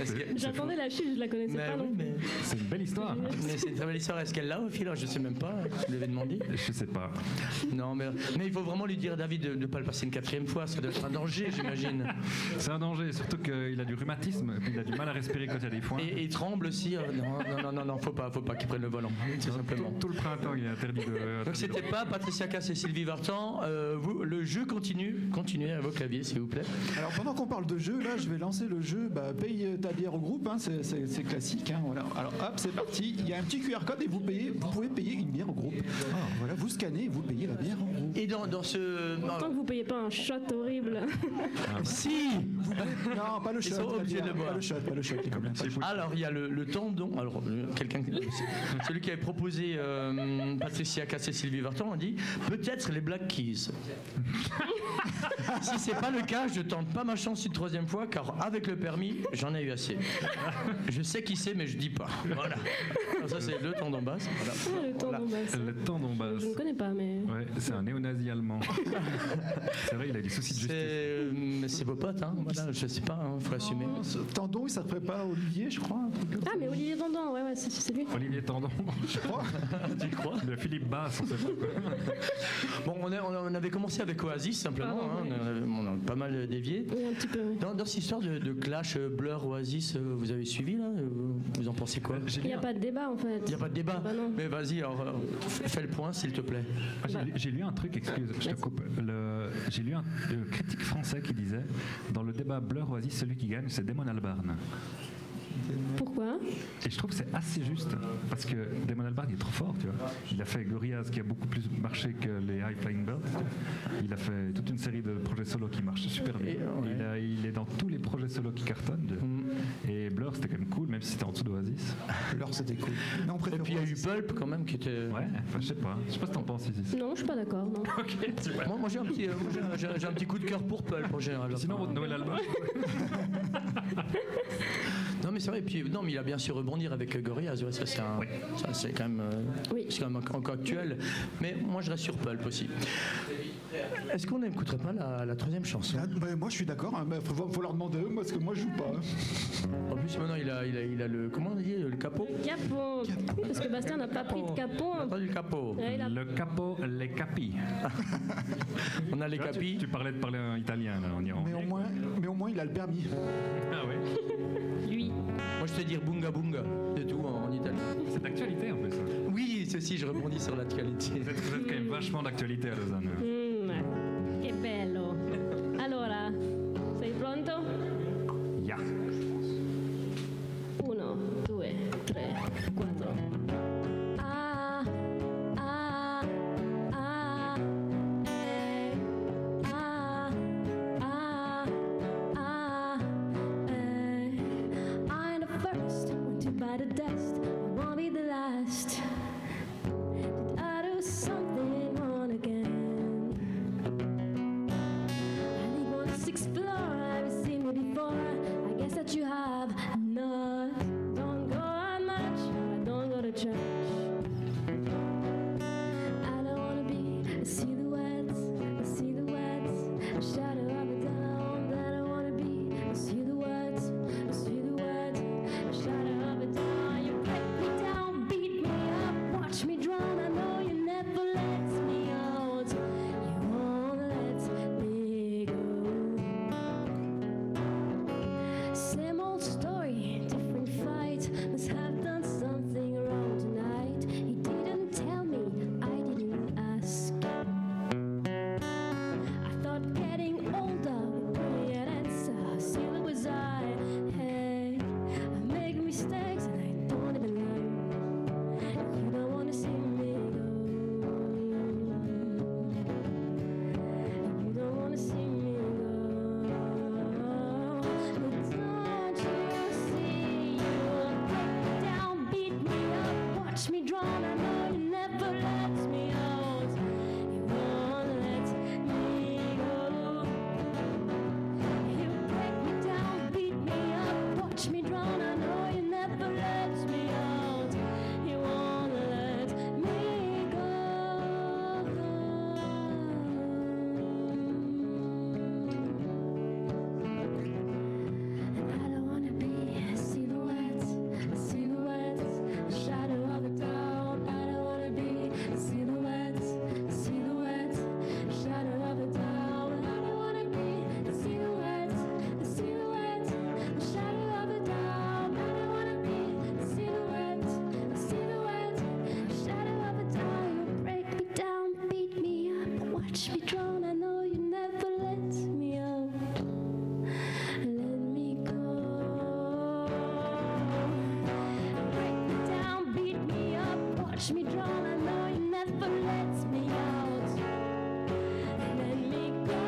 S3: Est-ce que-
S4: J'attendais la chute, je la connaissais
S3: Mais
S4: pas
S3: oui,
S4: non plus.
S3: mais-
S5: C'est une belle histoire.
S3: mais c'est une très belle histoire. Est-ce qu'elle l'a au fil Je sais même pas. Je l'avais demandé.
S5: Je sais pas.
S3: Non, mais, mais il faut vraiment lui dire, David, de ne pas le passer une quatrième fois. Ça doit être un danger, j'imagine.
S5: C'est un danger, surtout qu'il a du rhumatisme, et puis il a du mal à respirer quand il y a des foins.
S3: Et, et il tremble aussi. euh, Non, non, non, non, non, faut pas, faut pas qu'il prenne le volant. hein, Tout simplement.
S5: Tout le printemps, il est interdit de.
S3: Donc c'était pas Patricia Cass et Sylvie Vartan. Euh, vous, le jeu continue. Continuez à vos claviers, s'il vous plaît.
S1: Alors pendant qu'on parle de jeu, là je vais lancer le jeu. Bah, paye ta bière au groupe, hein, c'est- c'est c'est classique. hein, voilà. Alors hop, c'est parti. Il y a un petit QR code et vous payez. Vous pouvez payer une bière au groupe.
S3: Ah,
S1: Voilà, vous scannez, et vous payez la bière en groupe.
S3: Et dans, dans ce.
S4: Tant que vous payez pas un shot horrible.
S3: Si
S1: Non, pas le shot.
S3: Ah, sont
S1: la
S3: obligés de
S1: bière,
S3: le boire.
S1: Pas le shot, pas le shot. les copains.
S3: Alors, il y a le, le tendon. Alors, euh, quelqu'un, celui qui avait proposé euh, Patricia Cassé, Sylvie Vartan, a dit peut-être les Black Keys. si c'est pas le cas, je tente pas ma chance une troisième fois, car avec le permis, j'en ai eu assez. Je sais qui c'est, mais je dis pas. Voilà. Alors ça, c'est le tendon basse. Voilà.
S4: Ah, le temps d'en bas, ça.
S5: Le tendon basse.
S4: Je ne connais pas, mais.
S5: Ouais, c'est un néo-nazi allemand. c'est vrai, il a des soucis de
S3: C'est,
S5: justice.
S3: euh, mais c'est vos potes, hein. Voilà, je sais pas, hein, faut assumer.
S1: Ce Tendon, il ça te prépare Olivier, je crois. un truc comme ça.
S4: Ah, mais Olivier Dandan, ouais, ouais, c'est- c'est lui.
S5: Olivier Tendon,
S3: Tu crois
S5: le Philippe Basse, on sait pas.
S3: Bon, on, est- on avait commencé avec Oasis simplement.
S4: Pardon,
S3: hein, on a- on, a, pas mal dévié.
S6: Oui, un petit peu. oui.
S3: Dans, dans cette histoire de, de clash euh, Blur Oasis, euh, vous avez suivi là Vous- Vous en pensez quoi
S5: J'ai
S6: Il n'y
S5: lu,
S6: a pas de débat en fait.
S3: Il n'y a pas de débat.
S6: Bah non.
S3: Mais vas-y, alors euh, f- fais le point s'il te plaît.
S5: ah, j'ai lu- j'ai lu un truc, excuse, je te
S6: Vas-y.
S5: coupe. Le- J'ai lu un le critique français qui disait Dans le débat Blur-Oasis, celui qui gagne, c'est Damon Albarn.
S6: Pourquoi
S5: Et je trouve que c'est assez juste, parce que Damon Albarn il est trop fort, tu vois. Il a fait Gorillaz qui a beaucoup plus marché que les High Flying Birds. Il a fait toute une série de projets solo qui marchent super bien.
S3: Et, ouais.
S5: Il, a- il est dans tous les projets solo qui cartonnent. tu vois. Et Blur, c'était quand même cool, même si c'était en dessous d'Oasis.
S7: Leur, c'était cool. Non, on
S3: Ah. Et
S7: préfère
S3: puis il y a eu
S7: Oasis.
S3: Pulp quand même qui était. euh,
S5: Ouais, enfin, je sais pas. Je sais pas ce que t'en penses, Isis.
S6: Non, je suis pas d'accord. non.
S3: Moi, moi, j'ai un petit, euh, moi, j'ai un- j'ai un- j'ai un petit coup de cœur pour Pulp en général.
S5: Sinon, votre nouvel album.
S3: Non mais c'est vrai, et puis non mais il a bien su rebondir avec euh, Gorillaz, ouais, ça c'est un- ça, c'est quand même, euh,
S6: Oui.
S3: c'est quand même enc- encore actuel. Mais moi je reste sur Pulp aussi. Est-ce qu'on n'écouterait pas la, la troisième chanson
S1: Ah, bah, moi je suis d'accord, hein, mais faut, faut leur demander à eux, parce que moi je joue pas. hein.
S3: En plus maintenant il a, il a, il a le comment on dit le capot.
S6: Capon. Oui, parce que Bastien n'a pas pris de capon.
S3: On a pas du capot.
S6: Ouais, il a-
S5: Le capo, les capi.
S3: On a les
S5: Tu vois, tu-
S3: capis.
S5: Tu, parlais de parler en italien, là, en Iran.
S1: Mais au, moins, mais au moins il a le permis.
S5: Ah ouais.
S6: Lui.
S3: Moi je sais dire bunga bunga, c'est tout en, en italien.
S5: C'est d'actualité, en plus. Vous
S3: Oui, ceci je rebondis sur la qualité.
S5: êtes, vous êtes quand même vachement d'actualité à Lausanne.
S6: Mm, che bello. Allora, sei pronto?
S5: Ya.
S6: Uno, due, tre, quattro. Ah, ah, ah, eh. Ah, ah, ah, eh. I'm the first one to bite the dust. I won't be the last. Did I do something wrong again? I live on the sixth floor. I've seen me before. I guess that you have not. Don't go out much. I don't go to church. I don't wanna be a silhouette, a silhouette, a shadow of a down. I don't wanna be a silhouette, a silhouette, a shadow of a down. You break me down, beat me up, watch me drown. I know you never let me out. You won't let me go. Same old story, different fight. Must have done something wrong tonight. He didn't tell me, I didn't ask. I thought getting older would bring an answer. Still it was I. Hey, I make mistakes and I don't even know. You don't wanna see me go. You don't wanna see me go. Don't you see? You'll break me down, beat me up, watch me drown. I know you never let me out. You won't let me go. You break me down, beat me up, watch me drown. I know you never let me out. You won't let me go. I don't wanna be a silhouette, a silhouette, a shadow of a doubt. I don't wanna be a silhouette, a silhouette, a shadow of a doubt. I don't wanna be a silhouette, a silhouette, a shadow of a doubt. I don't wanna be a silhouette, a silhouette, a shadow of a doubt. You break me down, beat me up, watch me drown. I know you never let me out. Let me go. Break me down, beat me up, watch me drown. I know you never let me out. Let me go.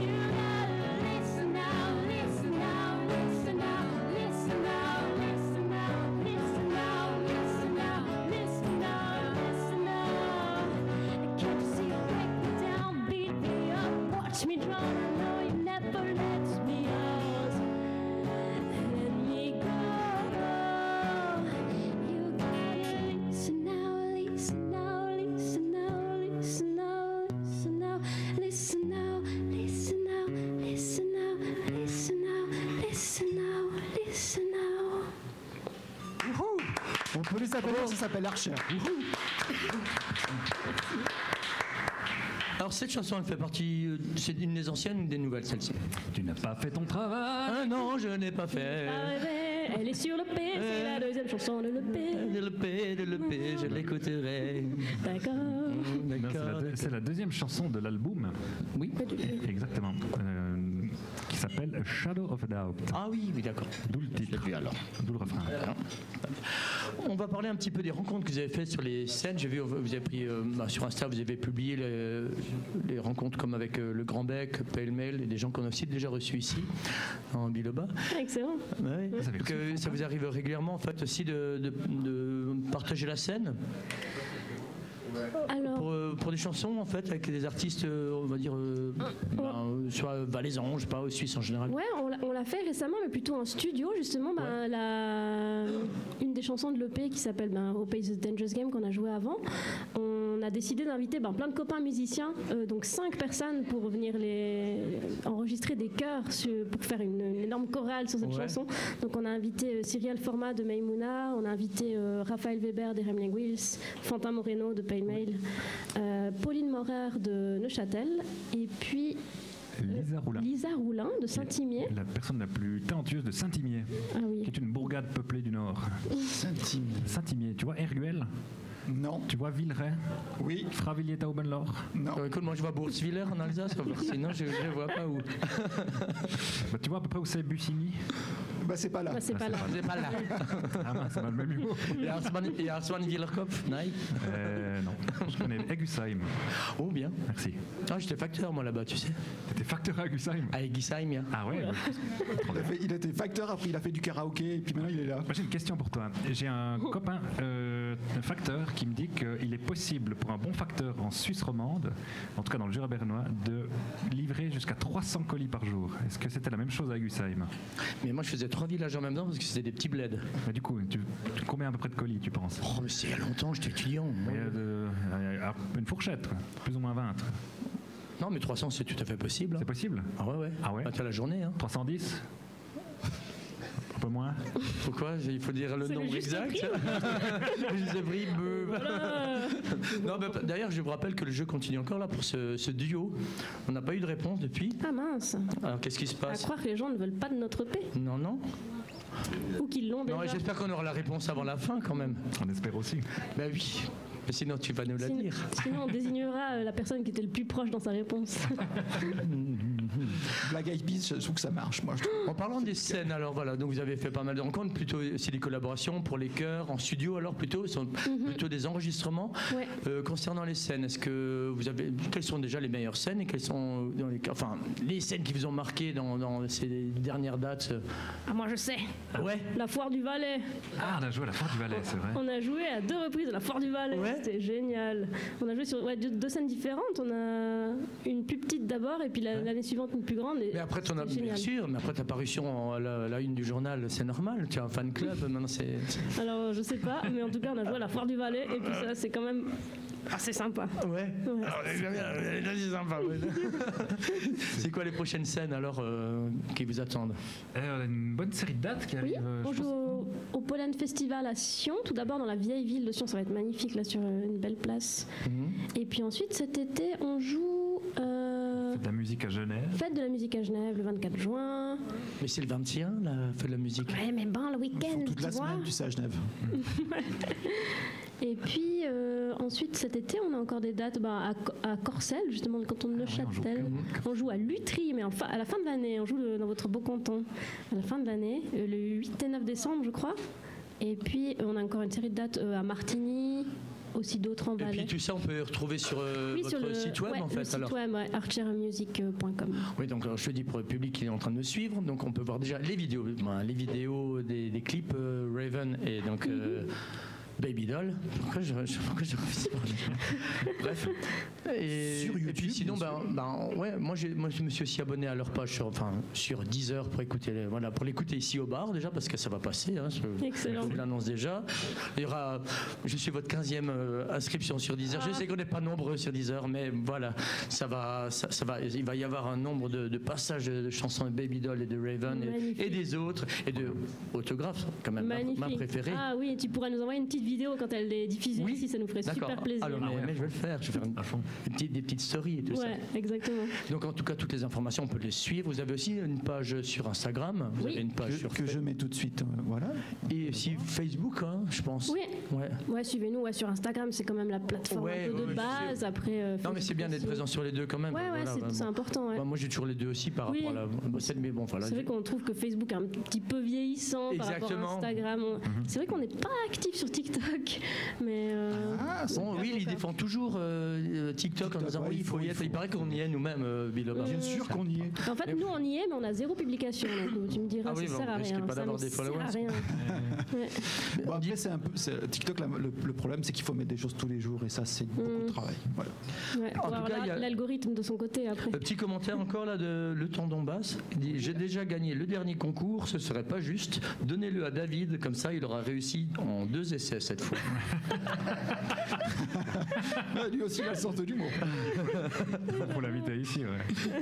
S6: You gotta listen now, listen now, listen now, listen now, listen now, listen now, listen now, listen now, listen now. Can't you see you break me down, beat me up, watch me drown? I know you never let me out. Let me go. You gotta listen now, listen now, listen now, listen now, listen now, listen now, listen now, listen now, listen now, listen now, listen now.
S7: On peut les appeler, ça s'appelle Archer.
S3: Alors cette chanson, elle fait partie, euh, c'est une des anciennes ou des nouvelles celle-ci
S5: Tu n'as pas fait ton travail.
S3: Ah non, je n'ai pas fait.
S4: Ah ouais, ouais, Elle est sur le P, c'est la deuxième chanson de l'EP.
S3: De l'EP, de l'EP, je l'écouterai.
S4: D'accord.
S3: Mm.
S5: Non, c'est la
S3: D'accord.
S5: deux- C'est la deuxième chanson de l'album.
S3: Oui.
S5: Exactement. Euh, qui s'appelle Shadow of a Doubt.
S3: Ah oui, oui, d'accord.
S5: D'où le titre. D'où le refrain.
S3: On va parler un petit peu des rencontres que vous avez faites sur les scènes. J'ai vu, vous avez pris euh, bah, sur Insta, vous avez publié les, les rencontres comme avec euh, le Grand Bec, Pale Mail, et des gens qu'on a aussi déjà reçus ici, en Biloba.
S4: Excellent.
S3: Ouais.
S5: Ça fait
S3: Que ça vous arrive régulièrement en fait aussi de, de- de partager la scène
S4: Alors,
S3: pour, euh, pour des chansons en fait avec des artistes, euh, on va dire, euh, ben, euh, soit valaisans, je sais pas, ou suisses en général.
S4: ouais, on l'a- on l'a fait récemment, mais plutôt en studio, justement. Ben, la, une des chansons de l'EP qui s'appelle ben, Au pays de Dangerous Game qu'on a joué avant, on a décidé d'inviter ben, plein de copains musiciens, euh, donc cinq personnes pour venir les enregistrer des chœurs sur- pour faire une, une énorme chorale sur cette
S3: Ouais.
S4: chanson. Donc on a invité euh, Cyrielle Format de Maimouna, on a invité euh, Raphaël Weber des Ramblin' Wheels, Fantin Moreno de Pale Mail, euh, Pauline Morer de Neuchâtel, et puis
S5: Lisa Roulin.
S4: Lisa Roulin de Saint-Imier.
S5: La personne la plus talentueuse de Saint-Imier,
S4: Ah
S5: qui
S4: oui.
S5: est une bourgade peuplée du Nord.
S1: Saint-Imier.
S5: Saint-Imier, tu vois Erguel,
S1: Non.
S5: tu vois Villeray,
S1: Oui.
S5: Fravilliers-Taubenlor.
S1: Non.
S3: Euh, écoute, moi je vois Boursviller en Alsace, sinon je ne vois pas où.
S5: Bah, tu vois à peu près où c'est Bussigny
S1: Bah, c'est pas là.
S4: Bah, c'est pas là.
S3: C'est pas là.
S5: Ah mince, c'est pas le même humour.
S3: Et Arsman- Et Arsman Villerkopf, Nein.
S5: Euh, non, je connais Egusheim.
S3: Oh bien.
S5: Merci.
S3: Ah, j'étais facteur moi là-bas, tu sais.
S5: T'étais facteur à Egusheim
S3: À Egisheim, hein.
S5: Ah ouais bah,
S1: Il a, fait- il a été facteur, après il a fait du karaoké, et puis maintenant il est là.
S5: Moi, j'ai une question pour toi. J'ai un copain euh, un facteur qui me dit qu'il est possible pour un bon facteur en Suisse romande, en tout cas dans le Jura bernois, de livrer jusqu'à 300 colis par jour. Est-ce que c'était la même chose à Gusheim
S3: Mais moi je faisais trois villages en même temps parce que c'était des petits bleds.
S5: Mais Du coup, tu, tu- combien à peu près de colis tu penses
S3: Oh, mais c'est il y a longtemps, j'étais étudiant. moi.
S5: Mais, euh, euh, Une fourchette, quoi. plus ou moins 20.
S3: Non, mais 300 c'est tout à fait possible. hein.
S5: C'est possible
S3: Ah ouais, ouais.
S5: Ah ouais
S3: Bah, t'as la journée, hein.
S5: 310 Un peu moins
S3: Pourquoi Il faut dire le
S4: C'est le
S3: nombre
S4: juste
S3: exact.
S4: prix,
S3: Le juste prix, beuh. Non, bah, d'ailleurs, je vous rappelle que le jeu continue encore là pour ce, ce duo. On n'a pas eu de réponse depuis.
S4: Ah mince.
S3: Alors qu'est-ce qui se
S4: À
S3: passe
S4: croire que les gens ne veulent pas de notre paix
S3: Non, non.
S4: ou qu'ils l'ont
S3: Non,
S4: déjà.
S3: j'espère qu'on aura la réponse avant la fin quand même.
S5: On espère aussi.
S3: Bah oui. Mais sinon, tu vas nous la
S4: Sinon-
S3: dire.
S4: Sinon, on désignera euh, la personne qui était le plus proche dans sa réponse.
S1: Blague Eyed Peas, je trouve que ça marche, moi. je trouve.
S3: En parlant des scènes, alors voilà, donc vous avez fait pas mal de rencontres, plutôt c'est des collaborations pour les chœurs, en studio alors plutôt, sont plutôt des enregistrements.
S4: Mhm. Ouais.
S3: Euh, concernant les scènes, est-ce que vous avez, quelles sont déjà les meilleures scènes et quelles sont, dans les, enfin, les scènes qui vous ont marqué dans, dans ces dernières dates euh
S4: Ah, moi je sais.
S3: Ouais.
S4: La foire du Valais.
S5: Ah, on a joué à la fin du Valais, c'est vrai.
S4: On a joué à deux reprises à la foire du Valais.
S3: Ouais.
S4: C'était génial. On a joué sur ouais, deux, deux scènes différentes. On a une plus petite d'abord et puis la- l'année suivante une plus grande. et
S3: Mais après, ton
S4: c'était
S3: bien
S4: génial.
S3: sûr, mais après ta parution à la, la une du journal, c'est normal. Tu as un fan club, maintenant c'est.
S4: Alors je sais pas, mais en tout cas on a joué à la foire du Valais et puis ça c'est quand même assez sympa.
S3: Ah Ouais.
S4: Ouais.
S3: Alors, là, c'est sympa, ouais. c'est quoi les prochaines scènes alors euh, qui vous attendent
S5: Eh, on a une bonne série de dates qui
S4: Oui,
S5: arrivent. euh, je
S4: on joue
S5: pense-
S4: au, au Pollen Festival à Sion, tout d'abord dans la vieille ville de Sion, ça va être magnifique là sur euh, une belle place.
S3: Mhm.
S4: Et puis ensuite cet été on joue euh,
S5: Faites de la musique à Genève.
S4: Fête de la musique à Genève le 24 juin.
S3: Mais c'est le 21, la fête de la musique.
S4: Ouais mais bon le week-end,
S1: Toute
S4: tu
S1: la
S4: vois.
S1: semaine, tu sais, à Genève.
S4: Et puis euh, ensuite cet été on a encore des dates bah, à, Co- à Corcelles justement le canton de
S3: Ah
S5: on joue
S4: Neuchâtel.
S3: hein.
S4: on joue à Lutry, mais en fin- à la fin de l'année, on joue le- dans votre beau canton. À la fin de l'année, euh, le 8 et 9 décembre, je crois. Et puis, euh, on a encore une série de dates euh, à Martigny, aussi d'autres en
S3: Et puis
S4: Valais.
S3: tout ça, on peut retrouver sur euh,
S4: Oui,
S3: votre site web
S4: ouais,
S3: en
S4: le
S3: fait.
S4: site
S3: Alors, Ah,
S4: web, ouais, archermusic.com.
S3: oui, donc alors, je le dis pour le public qui est en train de nous suivre. Donc, on peut voir déjà les vidéos, ben, les vidéos des, des clips euh, Raven et donc euh,
S4: Mhm.
S3: Baby Doll. Pourquoi je, je- pourquoi je refuse pas Bref. Et,
S1: Sur
S3: et puis
S1: YouTube,
S3: sinon,
S1: bien
S3: ben, ben, ouais, moi, j'ai- moi, je me suis aussi abonné à leur page sur, enfin, sur Deezer pour écouter, les- voilà, pour l'écouter ici au bar déjà parce que ça va passer. hein, je-
S4: Excellent.
S3: Je vous l'annonce déjà. Il y aura, je suis votre 15e euh, inscription sur Deezer.
S4: Ah.
S3: Je sais qu'on n'est pas nombreux sur Deezer, mais voilà, ça va, ça, ça va, il va y avoir un nombre de, de passages de chansons de Baby Doll et de Raven et-
S4: Magnifique.
S3: et, des autres, et de autographes, quand même, ma-
S4: Magnifique.
S3: ma, préférée.
S4: Ah oui, et tu pourras nous envoyer une petite vidéo quand elle est diffusée
S3: Oui.
S4: ici, ça nous ferait super plaisir.
S3: Alors, mais,
S5: Ah ouais,
S3: mais je vais le faire. Je vais faire une,
S5: à fond.
S3: une petite, des petites stories et tout ça.
S4: ouais, exactement.
S3: Donc, en tout cas, toutes les informations, on peut les suivre. Vous avez aussi une page sur Instagram. Vous
S4: Oui.
S3: avez une page
S1: que,
S3: sur
S1: que je
S3: Facebook.
S1: mets tout de suite. euh, Voilà.
S3: Et aussi Facebook, hein, je pense.
S4: Oui,
S3: Ouais.
S4: ouais, suivez-nous ouais, sur Instagram, c'est quand même la plateforme
S3: Ouais,
S4: un peu
S3: ouais, ouais,
S4: de
S3: je
S4: base. Après, euh,
S3: Non, mais c'est
S4: Facebook
S3: bien d'être
S4: aussi.
S3: présent sur les deux quand même.
S4: Ouais, ouais,
S3: Voilà,
S4: c'est
S3: bah,
S4: c'est
S3: bon.
S4: important. ouais.
S3: Bah, moi, j'ai toujours les deux aussi par
S4: Oui.
S3: rapport à la bossette, mais bon, voilà.
S4: C'est vrai qu'on trouve que Facebook est un petit peu vieillissant par rapport
S3: Exactement. Mhm.
S4: à Instagram. On- C'est vrai qu'on n'est pas actif sur TikTok, mais euh,
S1: Ah, ça-
S3: Bon, oui, il défend toujours euh, euh, TikTok, en
S1: TikTok,
S3: disant
S1: ouais,
S3: oui,
S1: il
S3: il faut
S1: faut,
S3: y
S1: il
S3: être. Il
S1: faut.
S3: paraît qu'on y est nous-mêmes, euh, Bill O'Brien.
S1: bien sûr qu'on y est.
S4: en fait,
S3: Mais-
S4: nous on y est, mais on a zéro publication. Donc, euh, tu me diras,
S3: Ah oui,
S4: ça
S3: bah,
S4: sert
S3: on
S4: à
S3: risque
S4: rien.
S3: pas
S4: ça
S3: d'avoir
S4: ne
S3: des
S4: sert à
S3: followers.
S4: rien. Ouais.
S1: Bon, après, c'est un peu. c'est- TikTok, la- le, le problème, c'est qu'il faut mettre des choses tous les jours et ça, c'est beaucoup de travail. Voilà.
S4: Ouais,
S3: En
S4: faut
S3: tout
S4: avoir
S3: cas,
S4: la-
S3: il y a-
S4: l'algorithme de son côté après.
S3: Un Euh, petit commentaire encore là de Le Tendon Basse. Il dit, J'ai déjà gagné le dernier concours, ce serait pas juste. Donnez-le à David, comme ça il aura réussi en deux essais cette fois.
S1: Ah, lui aussi, il a le sens de l'humour.
S5: Faut l'inviter ici, ouais.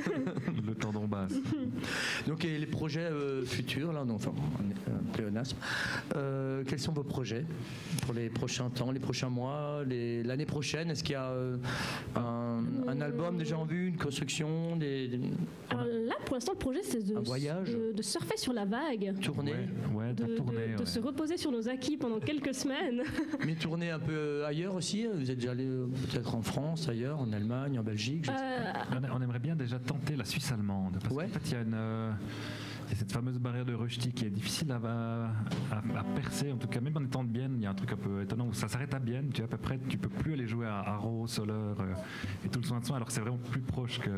S5: Le tendon basse.
S3: Donc et les projets euh, futurs, là, non, enfin, un pléonasme. Euh, quels sont vos projets pour les prochains temps, les prochains mois, les- l'année prochaine Est-ce qu'il y a euh, un, un album déjà en vue, une construction, des, des-
S4: Alors là, pour l'instant, le projet c'est de,
S3: Ah bah. Un voyage
S4: de- de surfer sur la vague.
S3: tournées
S5: Ouais, ouais,
S4: De,
S5: t'as
S4: de-
S5: tourné.
S4: de
S5: ouais.
S4: se reposer sur nos acquis pendant quelques semaines.
S3: Mais tourner un peu euh, ailleurs aussi Vous êtes déjà allé euh, peut-être en France, ailleurs, en Allemagne, en Belgique je sais
S4: Euh,
S5: Ah, On a- On aimerait bien déjà tenter la Suisse allemande. Parce
S3: Ouais.
S5: qu'en fait, il y a une. euh, il y a cette fameuse barrière de Rushdie qui est difficile à, à- à- à percer, en tout cas, même en étant de Bienne, il y a un truc un peu étonnant où ça s'arrête à Bienne, tu vois, à peu près, tu peux plus aller jouer à Haro, Soler euh, et tout le soin de soin, alors que c'est vraiment plus proche que, euh,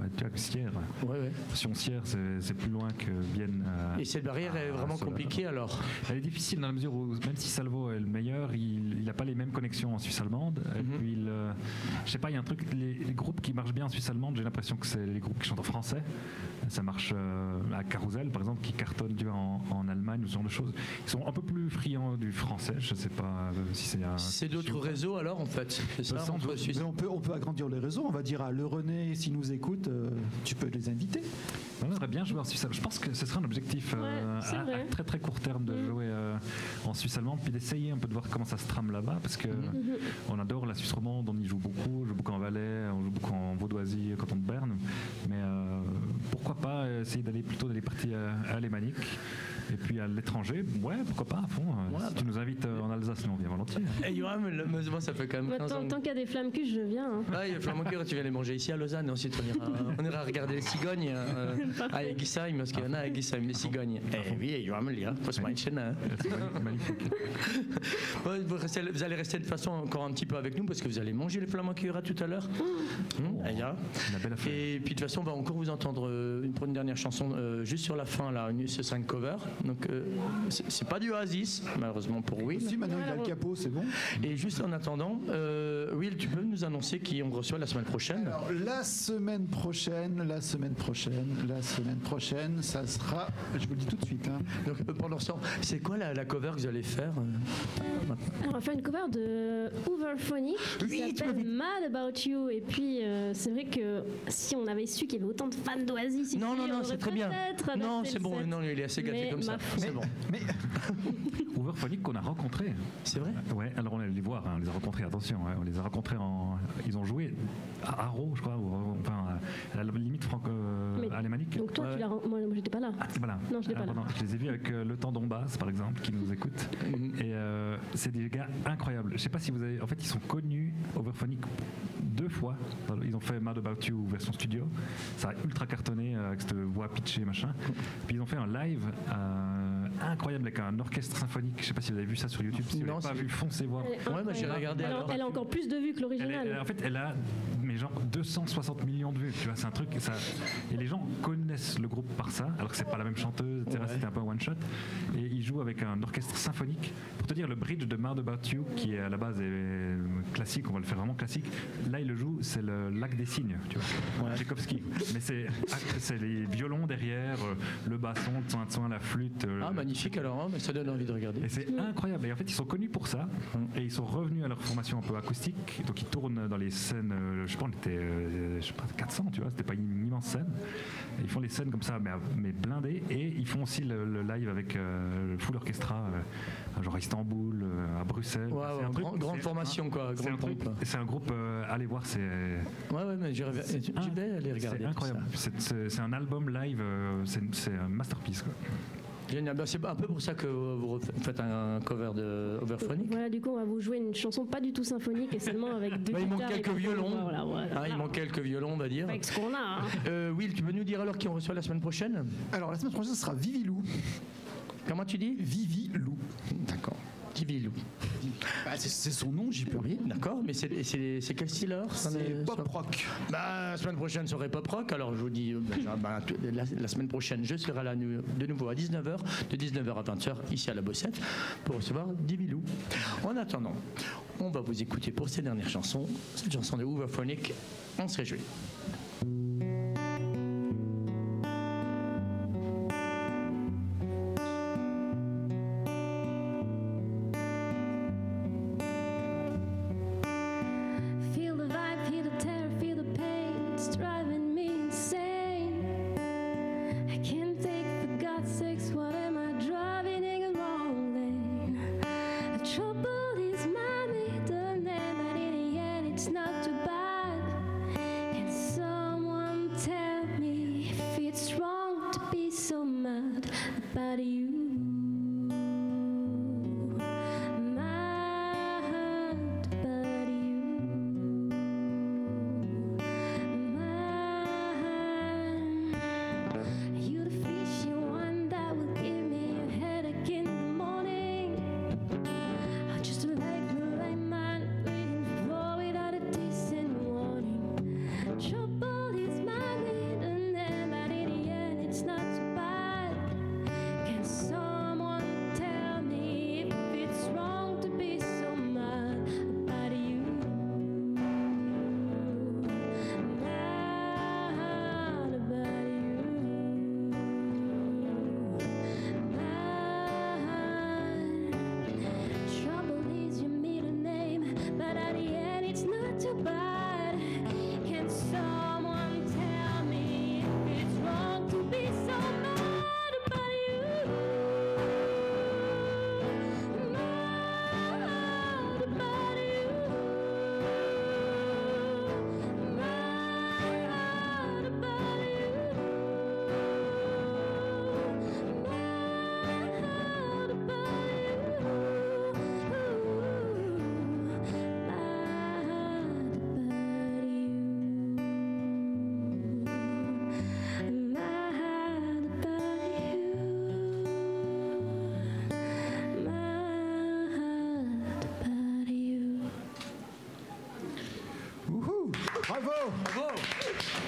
S5: ouais, tu vois, que Sierre.
S3: pas. Ouais, ouais.
S5: Sioncière, c'est c'est plus loin que Bienne. euh,
S3: Et cette barrière est
S5: Ah,
S3: vraiment
S5: ça-
S3: compliquée alors
S5: Elle est difficile dans la mesure où, même si Salvo est le meilleur, il n'a pas les mêmes connexions en Suisse allemande. Et
S3: Mhm.
S5: puis, il, euh, je sais pas, il y a un truc, les, les groupes qui marchent bien en Suisse allemande, j'ai l'impression que c'est les groupes qui chantent en français. Ça marche euh, à Carousel, par exemple, qui cartonne tu vois, en, en Allemagne, ou ce genre de choses. Ils sont un peu plus friands du français, je sais pas euh, si c'est un.
S3: C'est Bah, d'autres réseaux alors en fait C'est ça
S5: Sans
S3: entre
S5: doute.
S3: Suisse
S1: Mais Bah, on peut, on peut agrandir les réseaux. On va dire à Le René, s'il nous écoute, euh, tu peux les inviter.
S5: On aimerait bien jouer en Suisse allemande. Je pense que ce serait un objectif euh,
S4: Ouais, c'est
S5: à, à
S4: vrai.
S5: très très court terme de
S4: Mhm.
S5: jouer euh, en Suisse allemande, puis d'essayer un peu de voir comment ça se trame là-bas, parce que
S3: Mhm.
S4: Mm-hmm.
S5: on adore la Suisse romande, on y joue beaucoup, on joue beaucoup en Valais, on joue beaucoup en Vaudoisie, canton de Berne, mais euh, pourquoi pas essayer d'aller plutôt d'aller partir euh, à, à Lémanique et puis à l'étranger, ouais, pourquoi pas à fond. euh,
S3: Ouais,
S5: si
S4: bah.
S5: tu nous invites euh, en Alsace, nous on vient volontiers.
S3: Et Yoram, le- mais moi Ah, ça fait quand même
S4: moi,
S3: 15 ans.
S4: Bah, tant tant qu'il y a des flammes cul, je viens. hein.
S3: Ah, il va falloir mon cœur, tu viens les manger ici à Lausanne, et ensuite on ira, on ira regarder les cigognes euh, à Egisheim, parce qu'il y en a à Egisheim, les cigognes. Eh oui, et Yoram, il y a, faut se manger, hein.
S5: Eh, C'est magnifique, magnifique.
S3: Bon, vous, restez- vous allez rester de toute façon encore un petit peu avec nous parce que vous allez manger les flamands qu'il y aura tout à l'heure. Hum, eh bien.
S5: la Oh, belle affaire.
S3: Et puis de toute façon, on va encore vous entendre euh, une- pour une dernière chanson euh, juste sur la fin, là, une UC5 cover. Donc euh, c'est c'est pas du Oasis, malheureusement pour Will.
S1: Si maintenant il a le capot, c'est bon.
S3: Et juste en attendant, euh, Will, tu peux nous annoncer qui on reçoit la semaine prochaine
S1: Alors, la semaine prochaine, la semaine prochaine, la semaine prochaine, ça sera. Je vous le dis tout de suite. hein.
S3: Donc euh, pendant ce temps, c'est quoi la, la cover que vous allez faire
S4: Alors, On va faire une cover de Hooverphonic qui s'appelle Mad About You. Et puis, euh, c'est vrai que si on avait su qu'il y avait autant de fans d'Oasis, ici,
S3: Non, non,
S4: on
S3: non,
S4: aurait
S3: c'est très bien.
S4: peut-être
S3: Non,
S4: adapté
S3: c'est
S4: le
S3: bon,
S4: set.
S3: non, il est assez gâté
S4: Mais
S3: comme ça.
S4: ma foi.
S3: C'est bon.
S1: Mais
S5: Overphonic qu'on a rencontré.
S3: C'est vrai
S5: Ouais, alors on est allé les voir, hein, on les a rencontrés, attention, ouais, on les a rencontrés en. Ils ont joué à Haro, je crois, ou, enfin à la limite euh,
S4: Mais-
S5: franco-alémanique.
S4: Donc, toi,
S3: Ouais. bah,
S4: tu l'as. Moi, moi, j'étais pas là.
S5: Ah, voilà.
S4: Non, je l'ai
S5: Alors,
S4: pas là.
S5: pardon, je les ai vus avec euh, le tendon basse, par exemple, qui nous écoute.
S3: Mhm.
S5: Et euh, c'est des gars incroyables. Je sais pas si vous avez. En fait, ils sont connus Overphonic deux fois. Ils ont fait Mad About You version studio. Ça a ultra cartonné euh, avec cette voix pitchée, machin. Puis ils ont fait un live euh, incroyable avec un orchestre symphonique. Je sais pas si vous avez vu ça sur YouTube. Si vous
S3: Non,
S5: l'avez pas
S3: c'est-
S5: vu, foncez voir.
S4: Elle est
S3: Ouais, bah, j'ai
S4: incroyable.
S3: regardé,
S4: Elle, a-
S3: alors.
S4: elle a encore plus de vues que
S5: Elle est- elle-
S4: l'original.
S5: en fait, elle a, mais genre 260 millions de vues. Tu vois, c'est un truc. Ça, et les gens connaissent le groupe par ça, alors que c'est pas la même chanteuse, etc.
S3: Ouais.
S5: C'était un peu un one shot. Et ils jouent avec un orchestre symphonique. Pour te dire, le bridge de Mad About You, qui à la base est classique, on va le faire vraiment classique. Là, ils le jouent, c'est le lac des signes, tu vois. Tchaïkovski. Mais c'est, ah, c'est les violons derrière, euh, le basson, le soin de soin, la flûte. euh,
S3: Ah, magnifique alors, hein, mais ça donne envie de regarder.
S5: et c'est incroyable. Et en fait, ils sont connus pour ça. Et ils sont revenus à leur formation un peu acoustique. Donc, ils tournent dans les scènes, euh, je pense, on était, euh, je sais pas, 400, tu vois, c'était pas une immense scène. Et Ils font les scènes comme ça, mais, mais blindées, et ils font aussi le, le live avec euh, le full orchestra, euh, genre à Istanbul, euh, à Bruxelles.
S3: Ouais, ouais,
S5: C'est un truc-
S3: grand- grande
S5: c'est-
S3: formation, quoi,
S5: C'est un,
S3: grande
S5: truc-
S3: pompe.
S5: c'est un groupe, euh, allez voir, c'est
S3: Ouais, ouais, mais j'y reviens- j'y vais aller regarder.
S5: c'est
S3: tout
S5: incroyable. C'est- C'est c'est un album live, euh, c'est c'est un masterpiece. Quoi.
S3: ça. Génial. Ben, c'est un peu pour ça que vous refaites- faites un cover de Overphonic.
S4: Voilà, du coup, on va vous jouer une chanson pas du tout symphonique et seulement avec deux
S3: Ben, il manque
S4: guitares et
S3: quelques
S4: quelques
S3: violons.
S4: voix, voilà, voilà.
S3: Hein, il manque quelques violons, on va dire.
S4: Avec ce qu'on a. hein.
S3: Euh, Will, tu peux nous dire alors qui on reçoit la semaine prochaine
S1: Alors la semaine prochaine, ce sera Vivi Lou.
S3: Comment tu dis
S1: Vivi Lou.
S3: D'accord. Divilou.
S1: Bah, c'est- c'est son nom, j'y peux rien.
S3: Ah Oui, d'accord, mais c'est- c'est c'est quel style alors
S1: C'est pop rock.
S3: Bah, semaine prochaine serait pop rock, alors je vous dis, euh, ben, ben, tout- la, la semaine prochaine, je serai là nu- de nouveau à 19h, de 19h à 20h, ici à la Bossette, pour recevoir Divilou. En attendant, on va vous écouter pour ces dernières chansons, cette chanson de Ouvaphonic, on se réjouit.
S6: Feel the vibe, feel the terror, feel the pain. It's driving me insane. I can't take, for God's sakes, what am I driving in the wrong lane? The trouble is my middle name, but in the end, it's not too bad. Can someone tell me if it's wrong to be so mad about you? Mad about you. Mad. You're the fishy one that will give me a headache in the morning. I just like the light man waiting for without a decent warning. Trouble is my middle name, but in the end, it's not so bad. Can someone tell me if it's wrong to be so mad about you? Mad about you. Mad. Trouble is your middle name, but at the end it's not too bad. Can someone tell me if it's wrong to be so mad about you? Mad about you. Mad about you. Mad about you.
S1: Wouhou. Bravo
S3: Bravo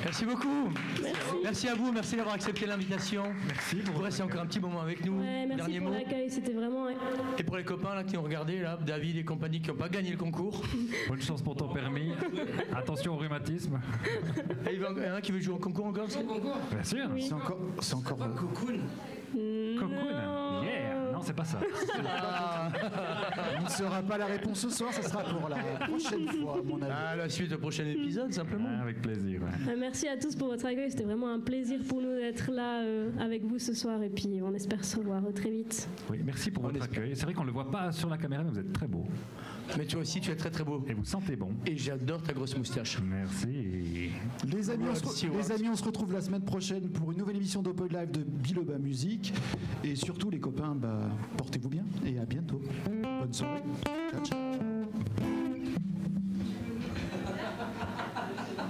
S3: Merci beaucoup Merci, à vous, merci d'avoir accepté l'invitation. Merci pour Vous restez encore un petit moment avec nous.
S4: Ouais, merci
S3: Dernier
S4: pour
S3: mot.
S4: l'accueil, c'était vraiment.
S3: Et pour les copains là, qui ont regardé, là, David et compagnie qui n'ont pas gagné le concours.
S5: Bonne chance pour ton permis. Attention au rhumatisme.
S3: Et Ah, il y en a un qui veut jouer au concours encore c'est-
S5: Bien sûr.
S1: C'est encore. C'est encore.
S5: Cocoon. Yeah. Non, c'est pas ça.
S1: On ne saura pas la réponse ce soir, ça sera pour la prochaine fois, à mon avis.
S3: À Ah, la suite au prochain épisode, simplement.
S5: Ah, Avec plaisir. ouais.
S4: Euh, Merci à tous pour votre accueil, c'était vraiment un plaisir pour nous d'être là euh, avec vous ce soir et puis on espère se revoir euh, très vite.
S5: Oui, merci pour votre accueil. C'est vrai qu'on ne le voit pas sur la caméra, mais vous êtes très beau.
S3: Mais toi aussi, tu es très très beau.
S5: Et vous sentez bon.
S3: Et j'adore ta grosse moustache.
S5: Merci.
S1: Les amis, on se,
S3: Merci,
S1: re-
S3: ouais.
S1: les amis, on se retrouve la semaine prochaine pour une nouvelle émission d'Open Live de Biloba Musique. Et surtout, les copains, bah, portez-vous bien et à bientôt. Bonne soirée. Ciao, ciao.